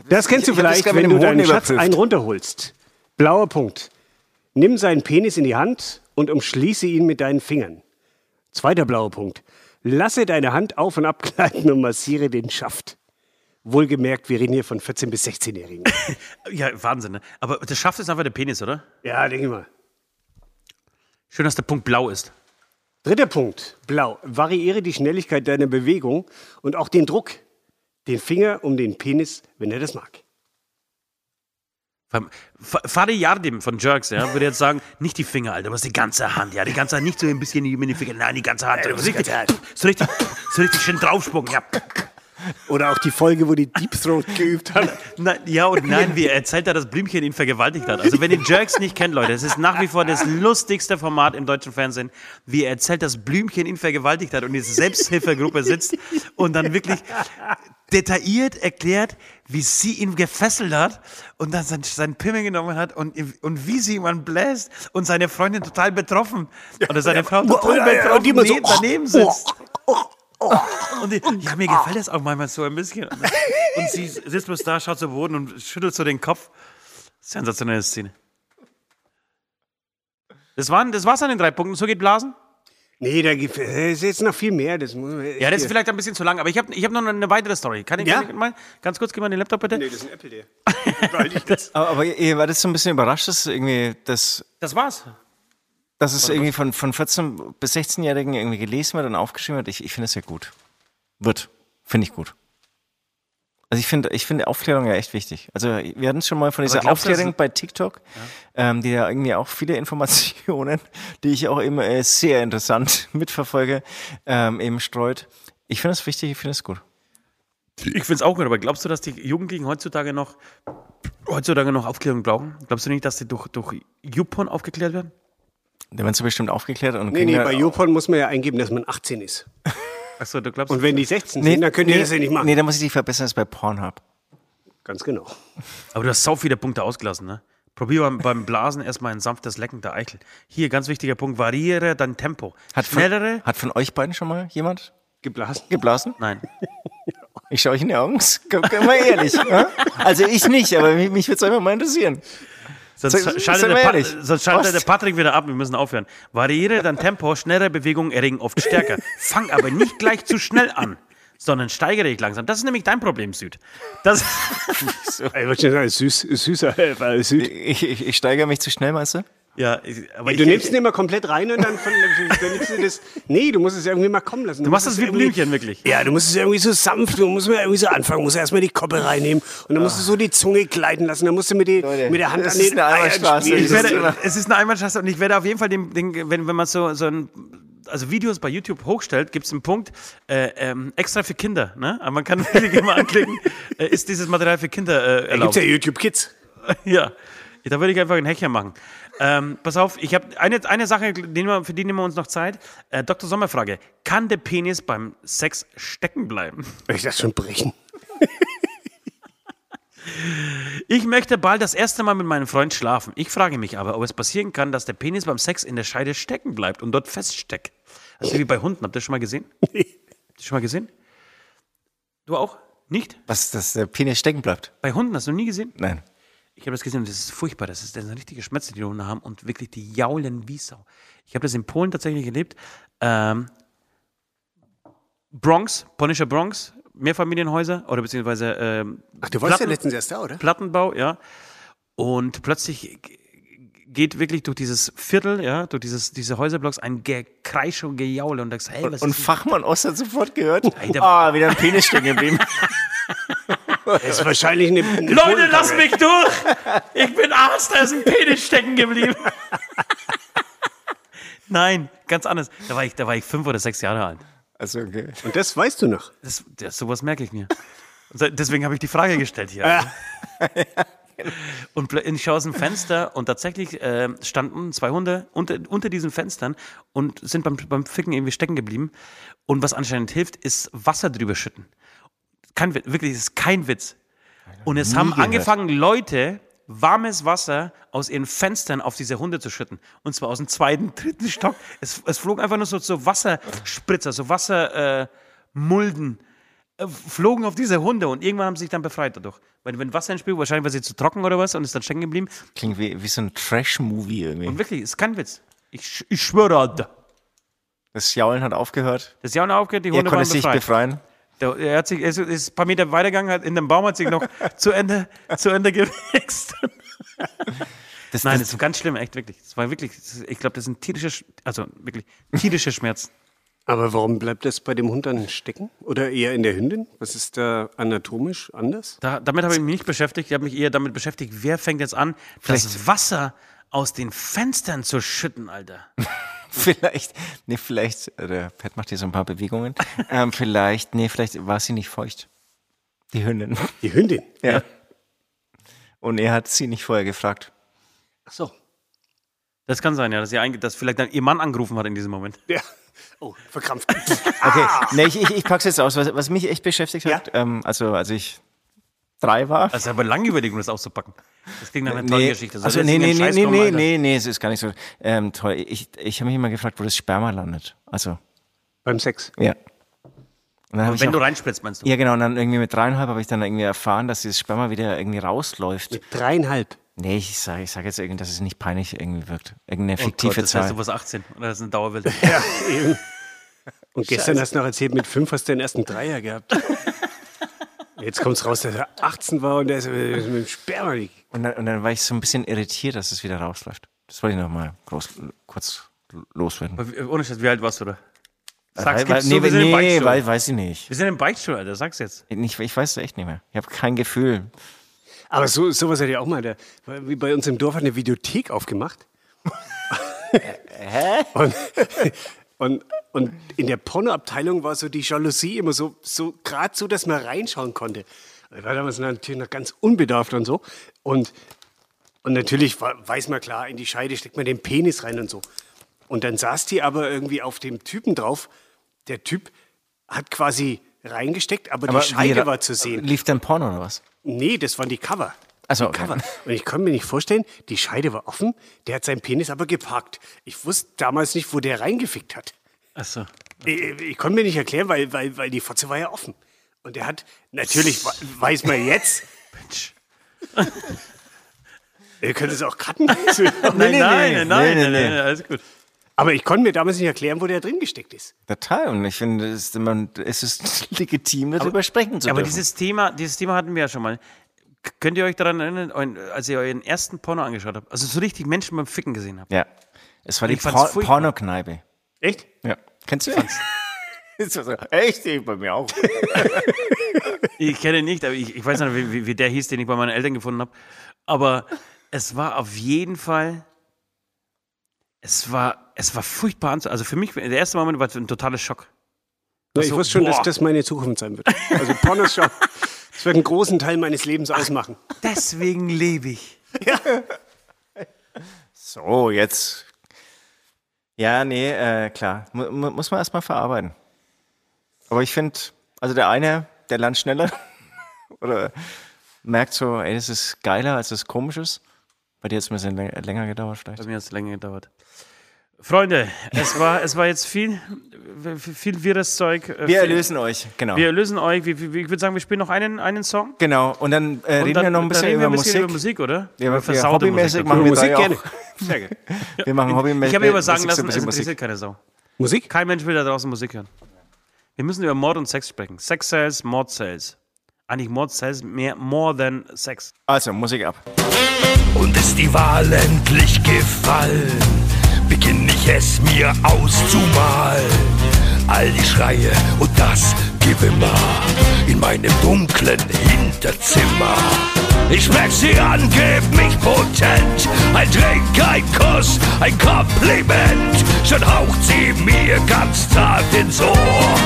D: Das kennst du
C: ich hab das
D: vielleicht,
C: grad mit
D: wenn
C: dem
D: du deinen
C: Hoden
D: Schatz
C: überprüft.
D: einen runterholst. Blauer Punkt. Nimm seinen Penis in die Hand und umschließe ihn mit deinen Fingern. Zweiter blauer Punkt. Lasse deine Hand auf und abgleiten und massiere den Schaft. Wohlgemerkt, wir reden hier von 14- bis 16-Jährigen.
B: Ja, Wahnsinn, ne? Aber der Schaft ist einfach der Penis, oder?
D: [laughs] ja, denke ich mal.
B: Schön, dass der Punkt blau ist.
D: Dritter Punkt, blau. Variiere die Schnelligkeit deiner Bewegung und auch den Druck. Den Finger um den Penis, wenn er das mag.
B: Vom- Fa- Fadi Yardim von Jerks, ja, würde jetzt sagen, nicht die Finger, Alter, aber die ganze Hand, ja, die ganze Hand, nicht so ein bisschen mit den Fingern, nein, die ganze Hand, so
D: musst die
B: richtig,
D: ganze Hand.
B: so richtig, so richtig schön draufspucken, ja.
D: Oder auch die Folge, wo die Deep Throat geübt [laughs] hat.
B: Nein, ja und nein, wie er erzählt er, dass Blümchen ihn vergewaltigt hat. Also wenn ihr Jerks nicht kennt, Leute, es ist nach wie vor das lustigste Format im deutschen Fernsehen, wie er erzählt, dass Blümchen ihn vergewaltigt hat und diese Selbsthilfegruppe sitzt und dann wirklich detailliert erklärt, wie sie ihn gefesselt hat und dann sein, seinen Pimmel genommen hat und, und wie sie ihm einen bläst und seine Freundin total betroffen oder seine Frau
D: ja,
B: total
D: ja,
B: betroffen
D: und die immer so, oh, [laughs]
B: neben- daneben sitzt. Und die, ja, mir gefällt das auch manchmal so ein bisschen. Und sie sitzt bloß da, schaut zu Boden und schüttelt so den Kopf. Sensationelle Szene. Das, waren, das war's an den drei Punkten. So geht Blasen?
D: Nee, da gibt es jetzt noch viel mehr. Das muss,
B: Ja, das ist vielleicht ein bisschen zu lang, aber ich habe ich hab noch eine weitere Story. Kann ich,
D: Ja?
B: kann ich mal ganz kurz, gib mal den Laptop bitte.
D: Nee, das ist ein Apple, der. Weil ich das-
C: Aber, aber ihr war das so ein bisschen überrascht, dass irgendwie das,
B: Das war's.
C: dass es irgendwie von, von 14 bis 16-Jährigen irgendwie gelesen wird und aufgeschrieben wird. Ich, ich finde es ja gut. Wird. Finde ich gut. Also ich finde, ich finde Aufklärung ja echt wichtig. Also wir hatten es schon mal von dieser
B: glaubst du, das-
C: Aufklärung bei TikTok, ähm, die ja irgendwie auch viele [laughs] Informationen, die ich auch immer äh, sehr interessant mitverfolge, ähm, eben streut. Ich finde es wichtig, ich finde es gut.
B: Ich finde es auch gut, aber glaubst du, dass die Jugendlichen heutzutage noch, heutzutage noch Aufklärung brauchen? Glaubst du nicht, dass sie durch, durch YouPorn aufgeklärt werden?
C: Da werden sie bestimmt aufgeklärt und
D: Nee,
C: kriegen
D: nee,
C: dann-
D: bei YouPorn muss man ja eingeben, dass man 18 ist.
B: Achso, du glaubst.
D: Und wenn die 16 sind, dann könnt ihr das ja nicht machen.
C: Nee, da muss ich dich verbessern, das ist bei Pornhub.
D: Ganz genau.
B: aber du hast sau viele Punkte ausgelassen, ne? Probier beim, beim Blasen erstmal ein sanftes Lecken der Eichel. Hier, ganz wichtiger Punkt, variere dein Tempo.
C: Hat von,
B: Schnellere?
C: hat von euch beiden schon mal jemand
D: Geblasen.
C: geblasen?
B: Nein.
C: Ich schaue euch in die Augen. [laughs] Guck mal ehrlich. ne? also ich nicht, aber mich, mich würde es einfach mal interessieren.
B: Sonst
C: Sei-
B: schaltet,
C: sei
B: der,
C: mal
B: Pat-
C: ehrlich.
B: sonst schaltet
C: Ost.
B: der Patrick wieder ab, wir müssen aufhören. Variiere dein Tempo, schnellere Bewegungen erregen oft
C: [laughs]
B: stärker. Fang aber nicht gleich zu schnell an, sondern steigere dich langsam. Das ist nämlich dein Problem, Süd. Das,
D: Ich Äh, wollte schon sagen, ist süß, ist süßer. Weil süß.
C: Ich, ich, ich steigere mich zu schnell, meinst du?
B: ja, ich- aber
D: Du
B: ich-
D: nimmst ihn immer komplett rein und dann, von, dann nimmst du das. Nee, du musst es irgendwie mal kommen lassen.
B: Du machst
D: musst
B: das
D: es
B: wie
D: irgendwie-
B: Blümchen, wirklich.
D: Ja, du musst es irgendwie so sanft, du musst mal irgendwie so anfangen, musst erstmal die Koppe reinnehmen und dann musst du so die Zunge gleiten lassen, dann musst du mit, die,
C: Leute,
D: mit der Hand
C: das
D: an
C: ist
D: den
C: eine
D: Eiern
C: Einbahnstraße.
D: spielen.
B: Ich werde, es ist eine Einbahnstraße und ich werde auf jeden Fall den, den wenn, wenn man so, so ein, also Videos bei YouTube hochstellt, gibt es einen Punkt, äh, ähm, extra für Kinder, ne? Aber man kann [laughs] wirklich immer anklicken, äh, ist dieses Material für Kinder äh,
D: Da gibt's
B: erlaubt.
D: ja YouTube Kids.
B: [laughs] Ja, da würde ich einfach einen Hecher machen. Ähm, pass auf, ich habe eine, eine Sache, die nehmen wir- für die nehmen wir uns noch Zeit. Äh, Dr. Sommerfrage: Kann der Penis beim Sex stecken bleiben?
D: Ich das schon brechen.
B: Ich möchte bald das erste Mal mit meinem Freund schlafen. Ich frage mich aber, ob es passieren kann, dass der Penis beim Sex in der Scheide stecken bleibt und dort feststeckt. Also wie bei Hunden. Habt ihr das schon
D: [laughs]
B: mal gesehen? Habt ihr schon mal gesehen? Du auch? Nicht?
C: Was, dass der Penis stecken bleibt?
B: Bei Hunden hast du noch nie gesehen?
C: Nein.
B: Ich habe das gesehen und das ist furchtbar. Das ist das sind richtige Schmerzen, die die Hunde haben und wirklich die jaulen wie Sau. Ich habe das in Polen tatsächlich erlebt. Ähm, Bronx, polnischer Bronx, Mehrfamilienhäuser oder beziehungsweise ähm,
D: Ach, du warst ja
B: Platten-
D: letztens erst da, oder?
B: Plattenbau, ja. Und plötzlich g- geht wirklich durch dieses Viertel, ja, durch dieses, diese Häuserblocks ein Gekreisch und Gejaule und denkst, hey, was
C: Und
B: ist
C: Fachmann Ost hat sofort gehört.
B: der-
C: Ah, wieder ein Penis stecken geblieben.
D: Das ist wahrscheinlich eine,
B: [laughs]
D: eine
B: Leute, lasst mich durch! Ich bin Arzt, da ist ein Penis stecken geblieben. Nein, ganz anders. Da war ich, da war ich fünf oder sechs Jahre alt.
C: [laughs] Also okay.
D: Und das weißt du noch.
B: Das, das, sowas merke ich mir. Se- Deswegen habe ich die Frage gestellt hier. Also. Und plö- ich schaue aus dem Fenster und tatsächlich äh, standen zwei Hunde unter, unter diesen Fenstern und sind beim, beim Ficken irgendwie stecken geblieben. Und was anscheinend hilft, ist Wasser drüber schütten. Kein, Witz, wirklich, das ist kein Witz. Und es haben
C: gehört.
B: angefangen, Leute warmes Wasser aus ihren Fenstern auf diese Hunde zu schütten. Und zwar aus dem zweiten, dritten Stock. Es, es flogen einfach nur so, so Wasserspritzer, so Wassermulden. Äh, Mulden flogen auf diese Hunde und irgendwann haben sie sich dann befreit dadurch. Wenn, wenn Wasser ins Spiel, wahrscheinlich war sie zu trocken oder was und ist dann stecken geblieben.
C: Klingt wie, wie so ein Trash-Movie irgendwie.
B: Und wirklich, ist kein Witz. Ich, sch- ich schwöre, da.
C: Das Jaulen hat aufgehört.
B: das ist ja auch noch aufgehört, die
C: Er
B: Hunde
C: konnte
B: waren
C: sich
B: befreit.
C: befreien. [laughs]
B: Der, er hat sich, er ist, ist ein paar Meter weitergegangen, hat in dem Baum hat sich [laughs] noch zu Ende, zu Ende gewichst.
C: Das,
B: Nein, das
C: das,
B: ist ganz schlimm, echt wirklich. Das war wirklich, das ist- ich glaube, das sind tierische, Sch- also wirklich tierische Schmerzen.
D: Aber warum bleibt das bei dem Hund dann stecken? Oder eher in der Hündin? Was ist da anatomisch anders?
B: Da, damit habe ich mich nicht beschäftigt. Ich habe mich eher damit beschäftigt, wer fängt jetzt an, das Wasser aus den Fenstern zu schütten, Alter.
C: vielleicht, nee, vielleicht, äh, der Pat macht hier so ein paar [laughs] Bewegungen. ähm, vielleicht, nee, vielleicht war sie nicht feucht. Die Hündin.
D: Die Hündin.
C: Ja. Und er hat sie nicht vorher gefragt.
D: Ach so.
B: Das kann sein, ja, dass, ihr einge dass vielleicht dann ihr Mann angerufen hat in diesem Moment.
D: Ja. Oh, verkrampft. [laughs]
C: Okay, nee, ich, ich, ich pack's jetzt aus. Was, was mich echt beschäftigt hat, ähm, also als ich drei war.
B: Das ist aber lange überlegt, um das auszupacken. Das klingt nach einer tollen
C: Nee,
B: Geschichte. Soll
C: also
B: das
C: nee,
B: in den
C: nee, nee,
B: Scheiß
C: nee,
B: kommen,
C: nee,
B: Alter?
C: nee, nee, es ist gar nicht so ähm, toll. Ich, ich habe mich immer gefragt, wo das Sperma landet. Also,
D: Beim Sex.
C: ja. Und dann hab ich
B: Wenn
C: auch,
B: du reinspritzt, meinst du?
C: ja, genau, und dann irgendwie mit dreieinhalb habe ich dann irgendwie erfahren, dass dieses Sperma wieder irgendwie rausläuft.
D: Dreieinhalb.
C: Nee, ich sage ich sag jetzt irgendwie, dass es nicht peinlich irgendwie wirkt. Irgendeine
B: Oh Gott,
C: fiktive
B: das heißt,
C: Zahl.
B: du warst 18 oder das ist eine
C: [laughs]
B: Dauerwelt.
D: Ja, eben. Und gestern hast du noch erzählt, mit fünf hast du den ersten Dreier gehabt. Jetzt kommt's raus, dass er 18 war und er ist äh, mit dem Sperma nicht.
C: Und dann, und dann war ich so ein bisschen irritiert, dass es wieder rausläuft. Das wollte ich nochmal kurz loswerden.
B: Ohne Scheiß, wie alt warst du da? Sag's,
C: Äh, Weil- weil-
B: gib's zu, wir sind im
C: nee, nee
B: Beichtstuhl.
C: weil, weiß ich nicht.
B: Wir sind im Beichtstuhl, Alter, sag's jetzt.
C: Ich, ich weiß es echt nicht mehr. Ich habe kein Gefühl.
D: Aber so, sowas hätte ich auch mal. Der, wie bei uns im Dorf hat eine Videothek aufgemacht. Hä? Und Und, und in der Pornoabteilung war so die Jalousie immer so, so gerade so, dass man reinschauen konnte. Ich war damals natürlich noch ganz unbedarft und so. Und, und natürlich wa- weiß man klar, in die Scheide steckt man den Penis rein und so. Und dann saß die aber irgendwie auf dem Typen drauf. Der Typ hat quasi reingesteckt, aber, die Scheide
C: wie- äh,
D: war zu sehen.
C: Lief dann Porno oder was?
D: Nee, das waren die Cover.
C: Also,
D: die Cover. Und ich konnte mir nicht vorstellen, die Scheide war offen, der hat seinen Penis aber geparkt. Ich wusste damals nicht, wo der reingefickt hat.
B: Achso.
D: Ich, ich konnte mir nicht erklären, weil, weil, weil die Fotze war ja offen. Und er hat, natürlich wa- weiß man jetzt,
B: Mensch.
D: [laughs] ihr könnt es auch cutten. [laughs]
B: Nein,
C: nee,
B: nein,
C: nee,
B: nein, nein,
C: nee,
B: nein,
C: nee.
B: nein, alles gut.
D: Aber ich konnte mir damals nicht erklären, wo der drin gesteckt ist.
C: Total. Und ich finde, es ist, man, es ist [laughs] legitim, darüber sprechen zu
B: Aber
C: dürfen.
B: dieses Thema, dieses Thema hatten wir ja schon mal. K- Könnt ihr euch daran erinnern, euren- als ihr euren ersten Porno angeschaut habt? Also so richtig Menschen beim Ficken gesehen habt.
C: ja. Es war die
B: Ich fand's
C: Por
B: furchtbar.
C: Pornokneipe.
D: Echt?
C: Ja. Kennst du das? Ist [laughs] das so? Echt? Ich Bei mir auch.
B: Ich kenne ihn nicht, aber ich, ich weiß nicht, wie, wie, wie der hieß, den ich bei meinen Eltern gefunden habe. Aber es war auf jeden Fall, es war, es war furchtbar anzu. Also für mich, der erste Moment war ein totaler Schock.
D: ich
B: so,
D: wusste schon, dass
B: boah.
D: das meine Zukunft sein wird. Also Pornos schauen. Das wird einen großen Teil meines Lebens ausmachen.
B: Deswegen
C: [laughs]
B: lebe ich.
C: So, jetzt. Ja, nee, äh, klar. Mu- mu- muss man erstmal verarbeiten. Aber ich finde, also der eine, der lernt schneller [laughs] oder merkt so, ey, das ist geiler, als das komisch ist. Bei dir hat es ein bisschen länger, länger gedauert vielleicht.
B: Bei mir hat es länger gedauert. Freunde, es war, es war jetzt viel, viel wirres Zeug. äh,
C: Wir
B: viel-
C: erlösen euch, genau.
B: Wir erlösen euch. Wir, wir, ich würde sagen, wir spielen noch einen, einen Song.
C: genau, und dann äh, reden wir noch ein
B: dann
C: bisschen,
B: reden
C: über,
B: wir ein bisschen
C: Musik.
B: über Musik, oder?
C: Ja, wir
B: Versaute
C: hobbymäßig
B: Musik.
C: machen wir da
D: Musik
C: ja
D: gerne.
C: auch. Sehr gerne. Wir machen hobbymäßig
B: Ich habe immer sagen
C: Musik, so ein
B: lassen, also es
C: bisschen
B: interessiert
C: Musik.
B: keine Sau.
D: Musik?
B: Kein Mensch will da draußen Musik hören. Wir müssen über Mord und Sex sprechen. Sex Sales, Mord Sales. Eigentlich Mord Sales mehr more than Sex.
C: Also, Musik ab.
A: Und ist die Wahl endlich gefallen, beginne ich es mir auszumalen. All die Schreie und das Gewimmer in meinem dunklen Hinterzimmer. Ich schmeck sie an, geb mich potent. Ein Drink, ein Kuss, ein Kompliment. Schon haucht sie mir ganz zart ins Ohr.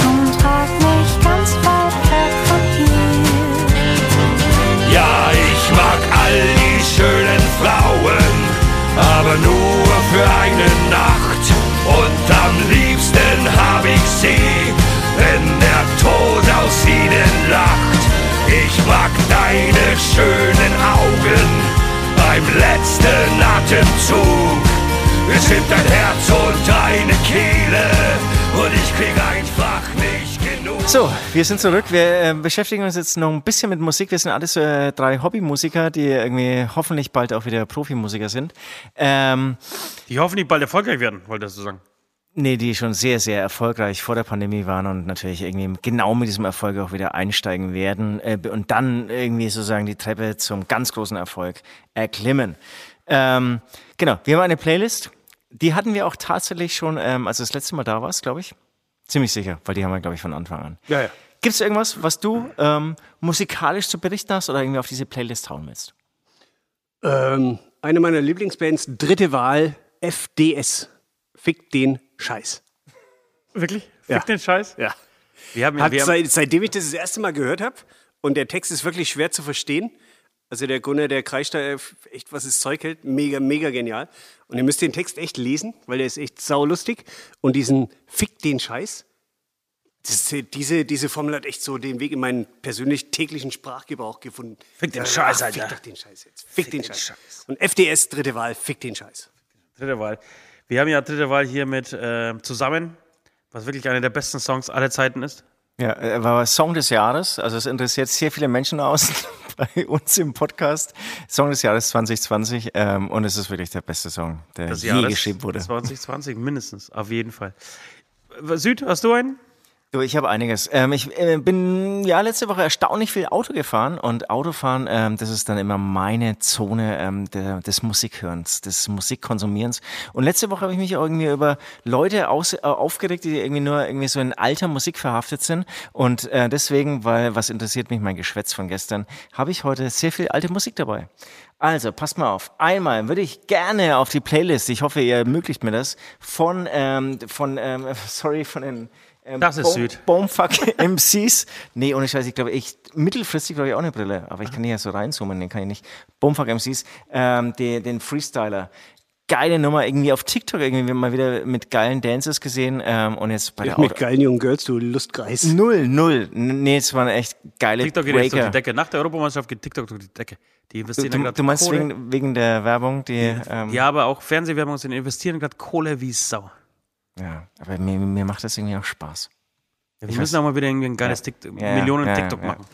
F: Komm und trag mich ganz weit weg von hier.
A: Ja, ich mag all die schönen Frauen, aber nur für eine Nacht. Und am liebsten hab ich sie, wenn der Tod aus ihnen lacht. Ich mag deine schönen Augen beim letzten Atemzug. Wir sind dein Herz und deine Kehle und ich krieg einfach nicht genug.
C: So, wir sind zurück. Wir äh, beschäftigen uns jetzt noch ein bisschen mit Musik. Wir sind alles äh, drei Hobbymusiker, die irgendwie hoffentlich bald auch wieder Profimusiker sind. Ähm,
B: Die hoffen, die bald erfolgreich werden, wolltest du sagen.
C: nee, die schon sehr, sehr erfolgreich vor der Pandemie waren und natürlich irgendwie genau mit diesem Erfolg auch wieder einsteigen werden äh, und dann irgendwie sozusagen die Treppe zum ganz großen Erfolg erklimmen. Ähm, genau, wir haben eine Playlist. Die hatten wir auch tatsächlich schon, ähm, als du das letzte Mal da warst, glaube ich. Ziemlich sicher, weil die haben wir, glaube ich, von Anfang an.
D: Ja, ja.
C: Gibt es irgendwas, was du ähm, musikalisch zu berichten hast oder irgendwie auf diese Playlist hauen willst?
D: Ähm, eine meiner Lieblingsbands, dritte Wahl, FDS. Fick den Scheiß.
B: Wirklich? Fick
D: Ja.
B: den Scheiß?
D: Ja.
B: Wir haben,
D: Hab,
B: wir haben,
D: seit, seitdem ich das das erste Mal gehört habe und der Text ist wirklich schwer zu verstehen, also der Gunnar, der kreischt da äh, echt, was es Zeug hält, mega, mega genial. Und ihr müsst den Text echt lesen, weil der ist echt saulustig. Und diesen Fick den Scheiß, das, ist- diese, diese Formel hat echt so den Weg in meinen persönlich täglichen Sprachgebrauch gefunden.
B: Fick den Scheiß,
D: Ach,
B: Alter.
D: Fick doch den Scheiß jetzt. Fick, den, Scheiß. Und FDS, dritte Wahl, Fick den Scheiß.
B: dritte Wahl. Wir haben ja dritte Wahl hier mit äh, zusammen, was wirklich einer der besten Songs aller Zeiten ist.
C: Ja, äh, war Song des Jahres. Also es interessiert sehr viele Menschen aus [laughs] bei uns im Podcast. Song des Jahres 2020 ähm, und es ist wirklich der beste Song, der
B: des
C: je
B: Jahres
C: geschrieben wurde.
B: 2020 mindestens, auf jeden Fall. Süd, hast du einen?
C: Du, ich habe einiges. Ähm, ich äh, bin ja letzte Woche erstaunlich viel Auto gefahren und Autofahren, ähm, das ist dann immer meine Zone ähm, der, des Musikhörens, des Musikkonsumierens. Und letzte Woche habe ich mich auch irgendwie über Leute aus, äh, aufgeregt, die irgendwie nur irgendwie so in alter Musik verhaftet sind. Und äh, deswegen, weil was interessiert mich mein Geschwätz von gestern, habe ich heute sehr viel alte Musik dabei. Also, passt mal auf. Einmal würde ich gerne auf die Playlist, ich hoffe, ihr ermöglicht mir das, von, ähm, von ähm, [laughs] sorry, von den ähm,
B: Das ist
C: Bone-
B: süd.
C: [laughs] Bonefuck MCs. Nee, ohne Scheiß, ich glaube, ich, mittelfristig glaube ich auch eine Brille, aber ich kann hier so reinzoomen, den kann ich nicht. Bonefuck MCs, ähm, die, den Freestyler. Geile Nummer, irgendwie auf TikTok irgendwie mal wieder mit geilen Dances gesehen ähm, und jetzt bei der
D: Mit
C: Auto.
D: geilen jungen Girls, du Lustgreis.
C: Null, null. N- Nee, es waren echt geile
B: TikTok geht jetzt durch
C: Breaker.
B: die Decke. Nach der Europameisterschaft geht TikTok durch die Decke. Die investieren
C: Du,
B: gerade
C: du meinst
B: Kohle.
C: wegen, wegen der Werbung, die. Ähm,
B: Ja, aber auch Fernsehwerbung sind investieren gerade Kohle wie Sau.
C: Ja, aber mir, mir macht das irgendwie auch Spaß.
B: Wir müssen auch mal wieder irgendwie ein geiles TikTok,
C: Ja,
B: Millionen
C: ja,
B: TikTok
C: ja.
B: machen.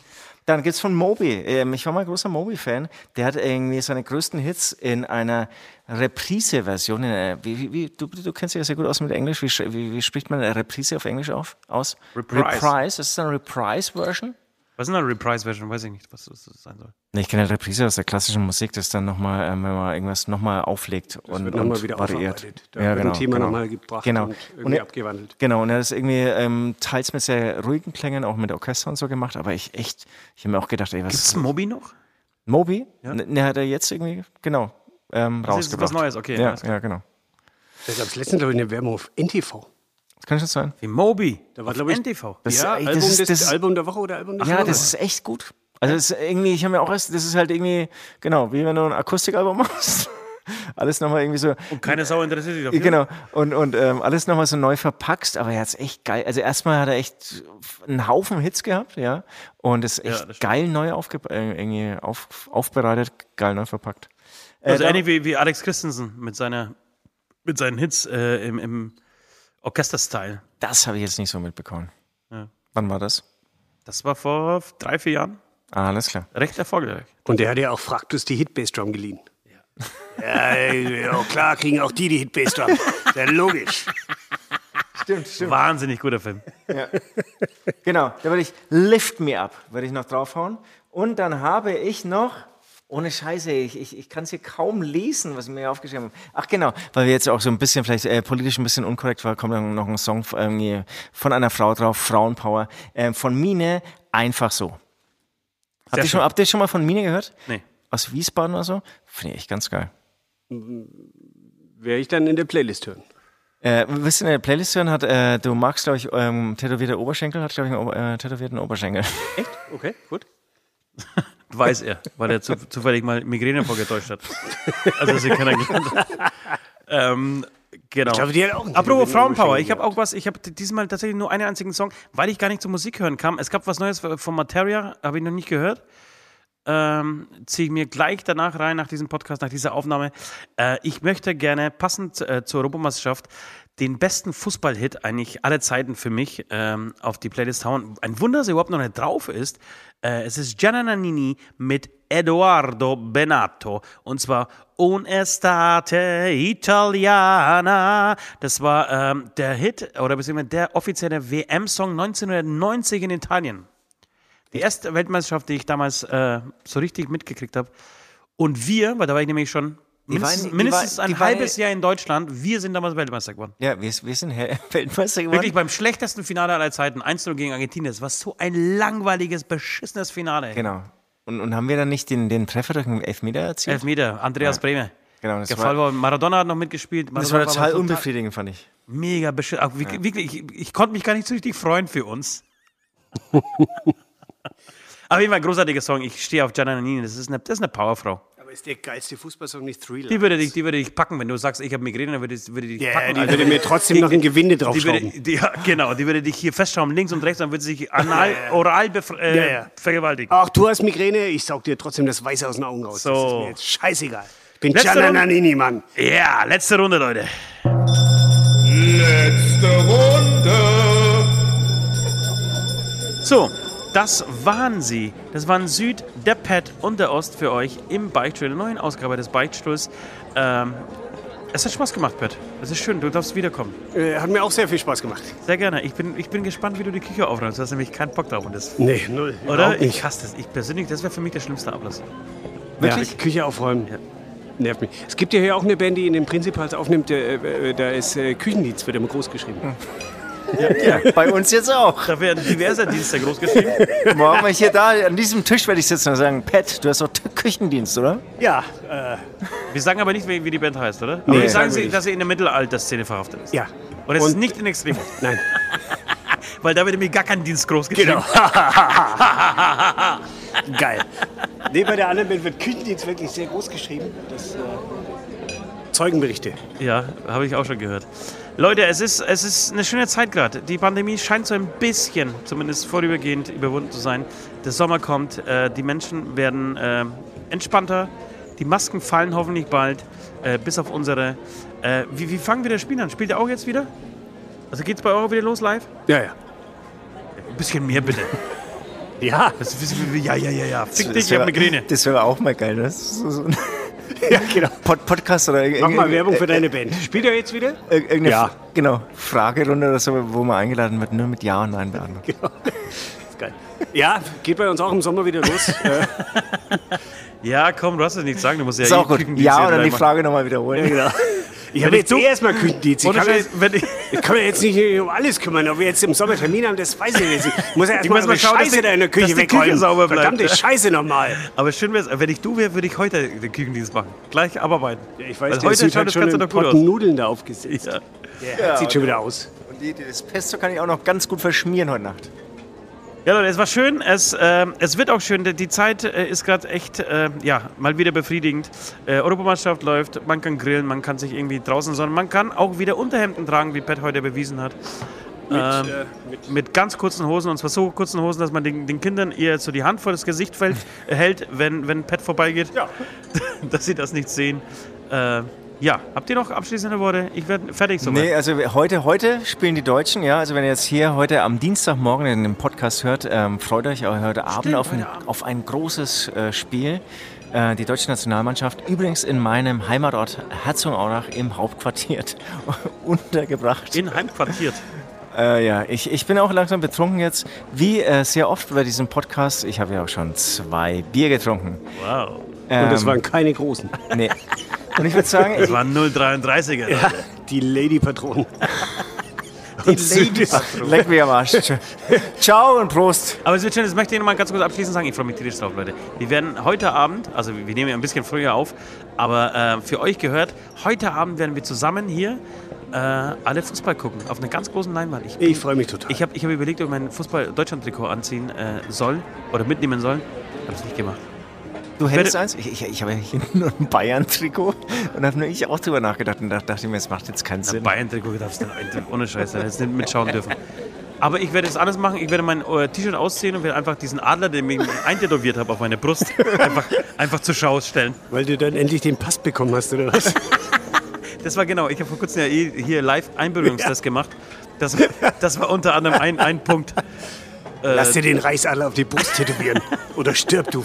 C: Dann gibt's von Moby. Ähm, ich war mal großer Moby-Fan. Der hat irgendwie seine größten Hits in einer Reprise-Version. in einer- Wie, wie, wie, du, du kennst dich ja sehr gut aus mit Englisch. Wie, sch- wie, wie spricht man eine Reprise auf Englisch auf, aus?
B: Reprise.
C: Reprise. Ist das eine Reprise-Version?
B: Was ist denn eine Reprise-Version? Weiß ich nicht, was das sein soll.
C: Nee, ich kenne eine Reprise aus der klassischen Musik, das dann nochmal, ähm, wenn man irgendwas nochmal auflegt und,
D: wird
C: und
D: nochmal wieder
C: variiert.
D: aufgearbeitet. Da wird ein Thema nochmal gebracht
C: genau.
D: und irgendwie
C: er-
D: abgewandelt.
C: Genau, und er hat es irgendwie ähm, teils mit sehr ruhigen Klängen, auch mit Orchester und so gemacht, aber ich echt, ich habe mir auch gedacht, ey, was.
B: Ist Moby noch?
C: Moby? Ne, ne, hat er jetzt irgendwie, genau, ähm,
B: ist
C: rausgebracht.
B: was Neues, okay,
C: Ja,
B: alles klar.
C: ja genau.
D: Das gab es letztens, glaube ich, eine Werbung auf NTV.
C: Das kann schon sein.
B: Wie Moby.
D: Da war, glaube ich,
B: NTV.
C: Das,
D: ja,
C: ey,
D: Album,
C: das,
D: des,
C: ist, das,
D: Album der Woche oder Album des
C: ja,
D: Monats.
C: das ist echt gut. Also das ist irgendwie, ich habe mir auch erst, das ist halt irgendwie, genau, wie wenn du ein Akustikalbum [laughs] machst. Alles nochmal irgendwie so,
B: Keine Sau interessiert sich dafür.
C: genau, und, und ähm, alles nochmal so neu verpackst, aber er hat's echt geil, also erstmal hat er echt einen Haufen Hits gehabt, ja, und ist
B: das
C: echt
B: stimmt.
C: geil neu aufge äh, irgendwie auf, aufbereitet, geil neu verpackt.
B: Also
C: Äh, da-
B: ähnlich wie, wie Alex Christensen mit, seiner, mit seinen Hits äh, im, im Orchester-Style.
C: Das habe ich jetzt nicht so mitbekommen.
B: Ja.
C: Wann war das?
B: Das war vor drei, vier Jahren
C: Ah, alles klar.
B: recht erfolgreich.
D: Und der hat ja auch Fraktus die Hit-Bass-Drum geliehen. Ja. ja, klar, kriegen auch die die Hit-Bass-Drum. [laughs] Ist Ja, logisch.
B: Wahnsinnig guter Film.
C: Genau, da würde ich Lift Me Up, würde ich noch draufhauen. Und dann habe ich noch, ohne Scheiße, ich, ich, ich kann es hier kaum lesen, was ich mir hier aufgeschrieben habe. Ach genau, weil wir jetzt auch so ein bisschen, vielleicht äh, politisch ein bisschen unkorrekt war, kommt dann noch ein Song irgendwie von einer Frau drauf, Frauenpower, ähm, von Mine, einfach so. Habt ihr,
B: schön.
C: schon, habt ihr schon mal von Mine gehört?
B: Nee.
C: Aus Wiesbaden oder so? Finde ich echt ganz geil.
D: Werde ich dann in der Playlist hören.
C: Äh, willst du in der Playlist hören? Hat, äh, du magst, glaube ich, ähm, tätowierter Oberschenkel, hat, glaube ich, einen Ober- äh, tätowierten Oberschenkel. [laughs]
D: Echt? Okay, gut.
B: Weiß er, weil er zu, zufällig mal Migräne vorgetäuscht hat. Also sie kann er gelernt. ähm, genau.
D: Ich glaube, die hat auch einen
B: Apropos
D: Termin
B: Frauenpower,
D: geschrieben
B: ich habe auch was, ich habe diesmal tatsächlich nur einen einzigen Song, weil ich gar nicht zur Musik hören kam. Es gab was Neues äh, von Materia, habe ich noch nicht gehört. Ähm, Ziehe ich mir gleich danach rein, nach diesem Podcast, nach dieser Aufnahme. Äh, ich möchte gerne, passend äh, zur Europameisterschaft, den besten Fußballhit eigentlich aller Zeiten für mich ähm, auf die Playlist hauen. Ein Wunder, dass er überhaupt noch nicht drauf ist. Äh, es ist Gianna Nannini mit Eduardo Benato. Und zwar Unestate Italiana. Das war ähm, der Hit oder beziehungsweise der offizielle WM-Song 1990 in Italien. Die erste Weltmeisterschaft, die ich damals äh, so richtig mitgekriegt habe. Und wir, weil da war ich nämlich schon mindestens,
C: waren- die
B: mindestens
C: waren- die
B: ein
C: waren-
B: halbes Jahr in Deutschland, wir sind damals Weltmeister geworden.
C: Ja, wir, wir sind Hel- [laughs] Weltmeister geworden.
B: Wirklich beim schlechtesten Finale aller Zeiten, 1-0 gegen Argentinien. Das war so ein langweiliges, beschissenes Finale.
C: Genau. Und, und haben wir dann nicht den, den Treffer durch den Elfmeter erzielt?
B: Elfmeter, Andreas Brehme.
C: Genau, das
B: Gefallen
C: war,
B: war, Maradona hat noch mitgespielt.
C: das war
B: Maradona
C: total
B: aber
C: unbefriedigend, fand ich.
B: Mega beschissen. Auch wirklich, wirklich, ich, ich konnte mich gar nicht so richtig freuen für
C: [laughs]
B: uns. Auf jeden Fall ein großartiger Song. Ich stehe auf Gianna Nannini. Das ist eine, das ist eine Powerfrau.
D: Aber ist der geilste Fußballsong nicht Thriller?
B: Die würde dich, die würde dich packen, wenn du sagst, ich habe Migräne, dann würde, würde die dich
D: Ja,
B: packen.
D: die
B: Alter.
D: würde mir trotzdem noch ein Gewinde
B: die würde,
D: draufschrauben.
B: die, ja, genau, die würde dich hier festschrauben, links und rechts, dann würde sie sich anal, oral befre- äh,
D: Ja, Ah. ja.
B: vergewaltigen.
D: Ach, du hast Migräne, ich saug dir trotzdem das Weiße aus den Augen raus. Das ist
B: So.
D: mir jetzt scheißegal. Ich bin
B: Letzte
D: Gianna
B: Runde.
D: Nannini, Mann.
B: Ja, letzte Runde, Leute.
A: Letzte Runde.
B: So, das waren sie. Das waren Süd, der Pet und der Ost für euch im Beichtstuhl, der neuen Ausgabe des Beichtstuhls. Ähm, es hat Spaß gemacht, Pet. Es ist schön, du darfst wiederkommen.
D: Äh, hat mir auch sehr viel Spaß gemacht.
B: Sehr gerne. Ich bin, ich bin gespannt, wie du die Küche aufräumst. Du hast nämlich keinen Bock drauf und das.
D: Nee, null.
B: Oder?
D: überhaupt
B: Ich
D: nicht.
B: hasse das. Ich persönlich, das wäre für mich der schlimmste Ablass.
D: Ja, die Küche aufräumen. Nervt mich. Es halt gibt ja hier auch eine Band, die in den Prinzipals aufnimmt, der, äh, äh, da ist äh, Küchenlied, wird immer groß geschrieben.
C: Ja, bei uns jetzt auch. [laughs]
B: Da werden diverse Dienste großgeschrieben.
C: Morgen, wenn ich hier da an diesem Tisch werde ich sitzen und sagen, Pat, du hast doch Küchendienst, oder?
D: Ja, äh,
B: Wir sagen aber nicht, wie wie die Band heißt, oder? Aber wir sagen,
D: sagen wir
B: sie,
D: nicht.
B: dass sie in der Mittelalterszene verhaftet ist.
D: ja.
B: Und es ist
D: Und-
B: nicht in Extremo.
D: Nein.
B: [laughs] Weil da wird nämlich gar kein Dienst großgeschrieben.
D: Genau. [laughs] Geil. Nee, bei der anderen Band wird Küchendienst wirklich sehr groß geschrieben. Das, äh, Zeugenberichte.
B: [laughs] Ja, habe ich auch schon gehört. Leute, es ist, es ist eine schöne Zeit gerade. Die Pandemie scheint so ein bisschen, zumindest vorübergehend, überwunden zu sein. Der Sommer kommt, äh, die Menschen werden äh, entspannter, die Masken fallen hoffentlich bald, äh, bis auf unsere. Äh, wie, wie fangen wir das Spiel an? Spielt ihr auch jetzt wieder? Also geht's bei euch wieder los live?
D: Ja, ja.
B: Ein bisschen mehr bitte.
D: Ja,
B: Das wissen wir- ja, ja, ja, ja. Fick dich,
C: Das
B: ich habe
C: wäre-
B: Migräne.
C: Das wäre auch mal geil. ne? Das ist so ein
D: ja genau.
C: Pod Podcast oder
B: Äh,
D: Mach mal
C: irgendeine-
D: Werbung für deine Band. Spielt ihr jetzt wieder?
C: ir- irgendeine
D: Ja.
C: F- genau, Fragerunde oder so, wo man eingeladen wird, nur mit Ja und Nein beantworten.
D: Ist [laughs] geil. Ja, geht bei uns auch im Sommer wieder [laughs] los. Äh,
B: [laughs] Ja, komm, du hast es nicht sagen, du musst ja
C: Ist auch
B: eh
C: gut.
B: Küchendienst
C: Ja
B: hier
C: oder die
B: reinmachen.
C: Frage nochmal wiederholen.
D: genau. Ich habe
B: ich
D: jetzt
B: zu-
D: eh erstmal Küchendienst. Ich
B: Ohne
D: kann, mir
B: Scheiß,
D: jetzt,
B: wenn ich,
D: ich kann mir jetzt nicht um alles kümmern. Ob wir jetzt im Sommer Termin haben, das weiß ich nicht. [laughs] Ich muss ja erstmal
B: muss mal
D: die
B: schauen, dass
D: Scheiße
B: die-
D: da in der Küche
B: dass die Küche
D: wegräumen.
B: sauber bleibt.
D: Verdammte Scheiße nochmal.
B: Aber schön wäre es, wenn ich du wäre, würde ich heute den Küchendienst machen. Gleich abarbeiten.
D: Ich
B: Weil
D: weiß, der Süd
B: halt
D: hat schon einen
B: doch gut
D: Pot
B: aus.
D: Nudeln da aufgesetzt.
B: Ja.
D: Ja, sieht schon wieder aus.
C: Und die, das Pesto kann ich auch noch ganz gut verschmieren heute Nacht.
B: ja, Leute, es war schön. Es, ähm, es wird auch schön. Die- Die Zeit äh, ist gerade echt, äh, ja, mal wieder befriedigend. Äh, Europameisterschaft läuft, man kann grillen, man kann sich irgendwie draußen sonnen, man kann auch wieder Unterhemden tragen, wie Pat heute bewiesen hat.
D: Mit,
B: Ähm,
D: äh, mit
B: Mit ganz kurzen Hosen und zwar so kurzen Hosen, dass man den, den Kindern eher so die Hand vor das
D: [laughs]
B: Gesicht fällt, hält, wenn, wenn Pat vorbeigeht.
D: ja.
B: [laughs] dass sie das nicht sehen. Äh, ja, habt ihr noch abschließende Worte? Ich werde fertig soweit.
C: Nee, also wir- heute, heute spielen die Deutschen, ja. Also wenn ihr jetzt hier heute am Dienstagmorgen in dem Podcast hört, ähm, freut euch auch heute Abend, auf, ein, auf ein großes äh, Spiel. Äh, die deutsche Nationalmannschaft, übrigens in meinem Heimatort Herzogenaurach im Hauptquartier [laughs] untergebracht.
B: In Heimquartiert.
C: Äh, ja, ich, ich bin auch langsam betrunken jetzt. Wie äh, sehr oft bei diesem Podcast, ich habe ja auch schon zwei Bier getrunken.
B: Wow.
D: Und das waren keine großen.
C: Nee. Und ich würde sagen,
B: Das waren 0,33er. Leute.
D: Die Lady-Patronen. [laughs] Die Lady-Patronen.
C: leck mich am Arsch. Ciao und Prost.
B: Aber es wird schön, das möchte ich nochmal ganz kurz abschließend sagen. Ich freue mich tierisch drauf, Leute. Wir werden heute Abend, also wir nehmen ja ein bisschen früher auf, aber äh, für euch gehört, heute Abend werden wir zusammen hier äh, alle Fußball gucken. Auf einer ganz großen Leinwand. Ich,
D: Ich freue mich total.
B: ich habe ich hab überlegt, ob ich mein Fußball-Deutschland-Trikot anziehen äh, soll oder mitnehmen soll. Habe es nicht gemacht.
C: Du hättest
B: Bitte?
C: eins? Ich, ich, ich habe ja hier [laughs] nur ein Bayern-Trikot und habe nur ich auch drüber nachgedacht und da- dachte mir, es macht jetzt keinen Sinn.
B: Bayern-Trikot darfst du nicht, ohne Scheiß, da hättest du nicht mitschauen dürfen. Aber ich werde es anders machen. Ich werde mein äh, T-Shirt ausziehen und werde einfach diesen Adler, den ich eintätowiert habe auf meine Brust, [laughs] einfach, einfach zur Schau stellen.
D: Weil du dann endlich den Pass bekommen hast, oder [laughs] was?
B: Das war genau. Ich habe vor kurzem ja eh hier live Einbildungstest gemacht. Das, das war unter anderem ein, ein Punkt.
D: Lass dir den Reichsadler auf die Brust tätowieren. oder stirb, du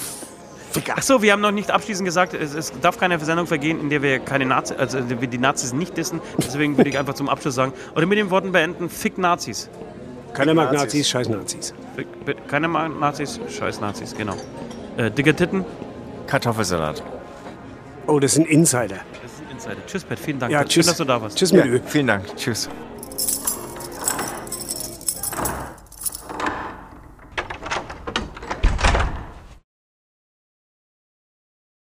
D: Ficker.
B: Ach so, wir haben noch nicht abschließend gesagt, es, es darf keine Versendung vergehen, in der wir keine Nazi, also in der wir die Nazis nicht dissen. Deswegen würde ich einfach zum Abschluss sagen oder mit den Worten beenden: Fick Nazis.
D: Keiner mag Nazis, scheiß Nazis.
B: Bitte, Keine Ma- Nazis, scheiß Nazis, genau. Äh, dicke Titten,
C: Kartoffelsalat.
D: Oh, das ist ein Insider.
B: das ist ein Insider. Tschüss, Pat, vielen Dank.
D: Ja,
B: Schön,
D: tschüss.
B: dass du da warst.
D: Tschüss
C: Ja,
D: mit Ö.
C: vielen Dank. Tschüss.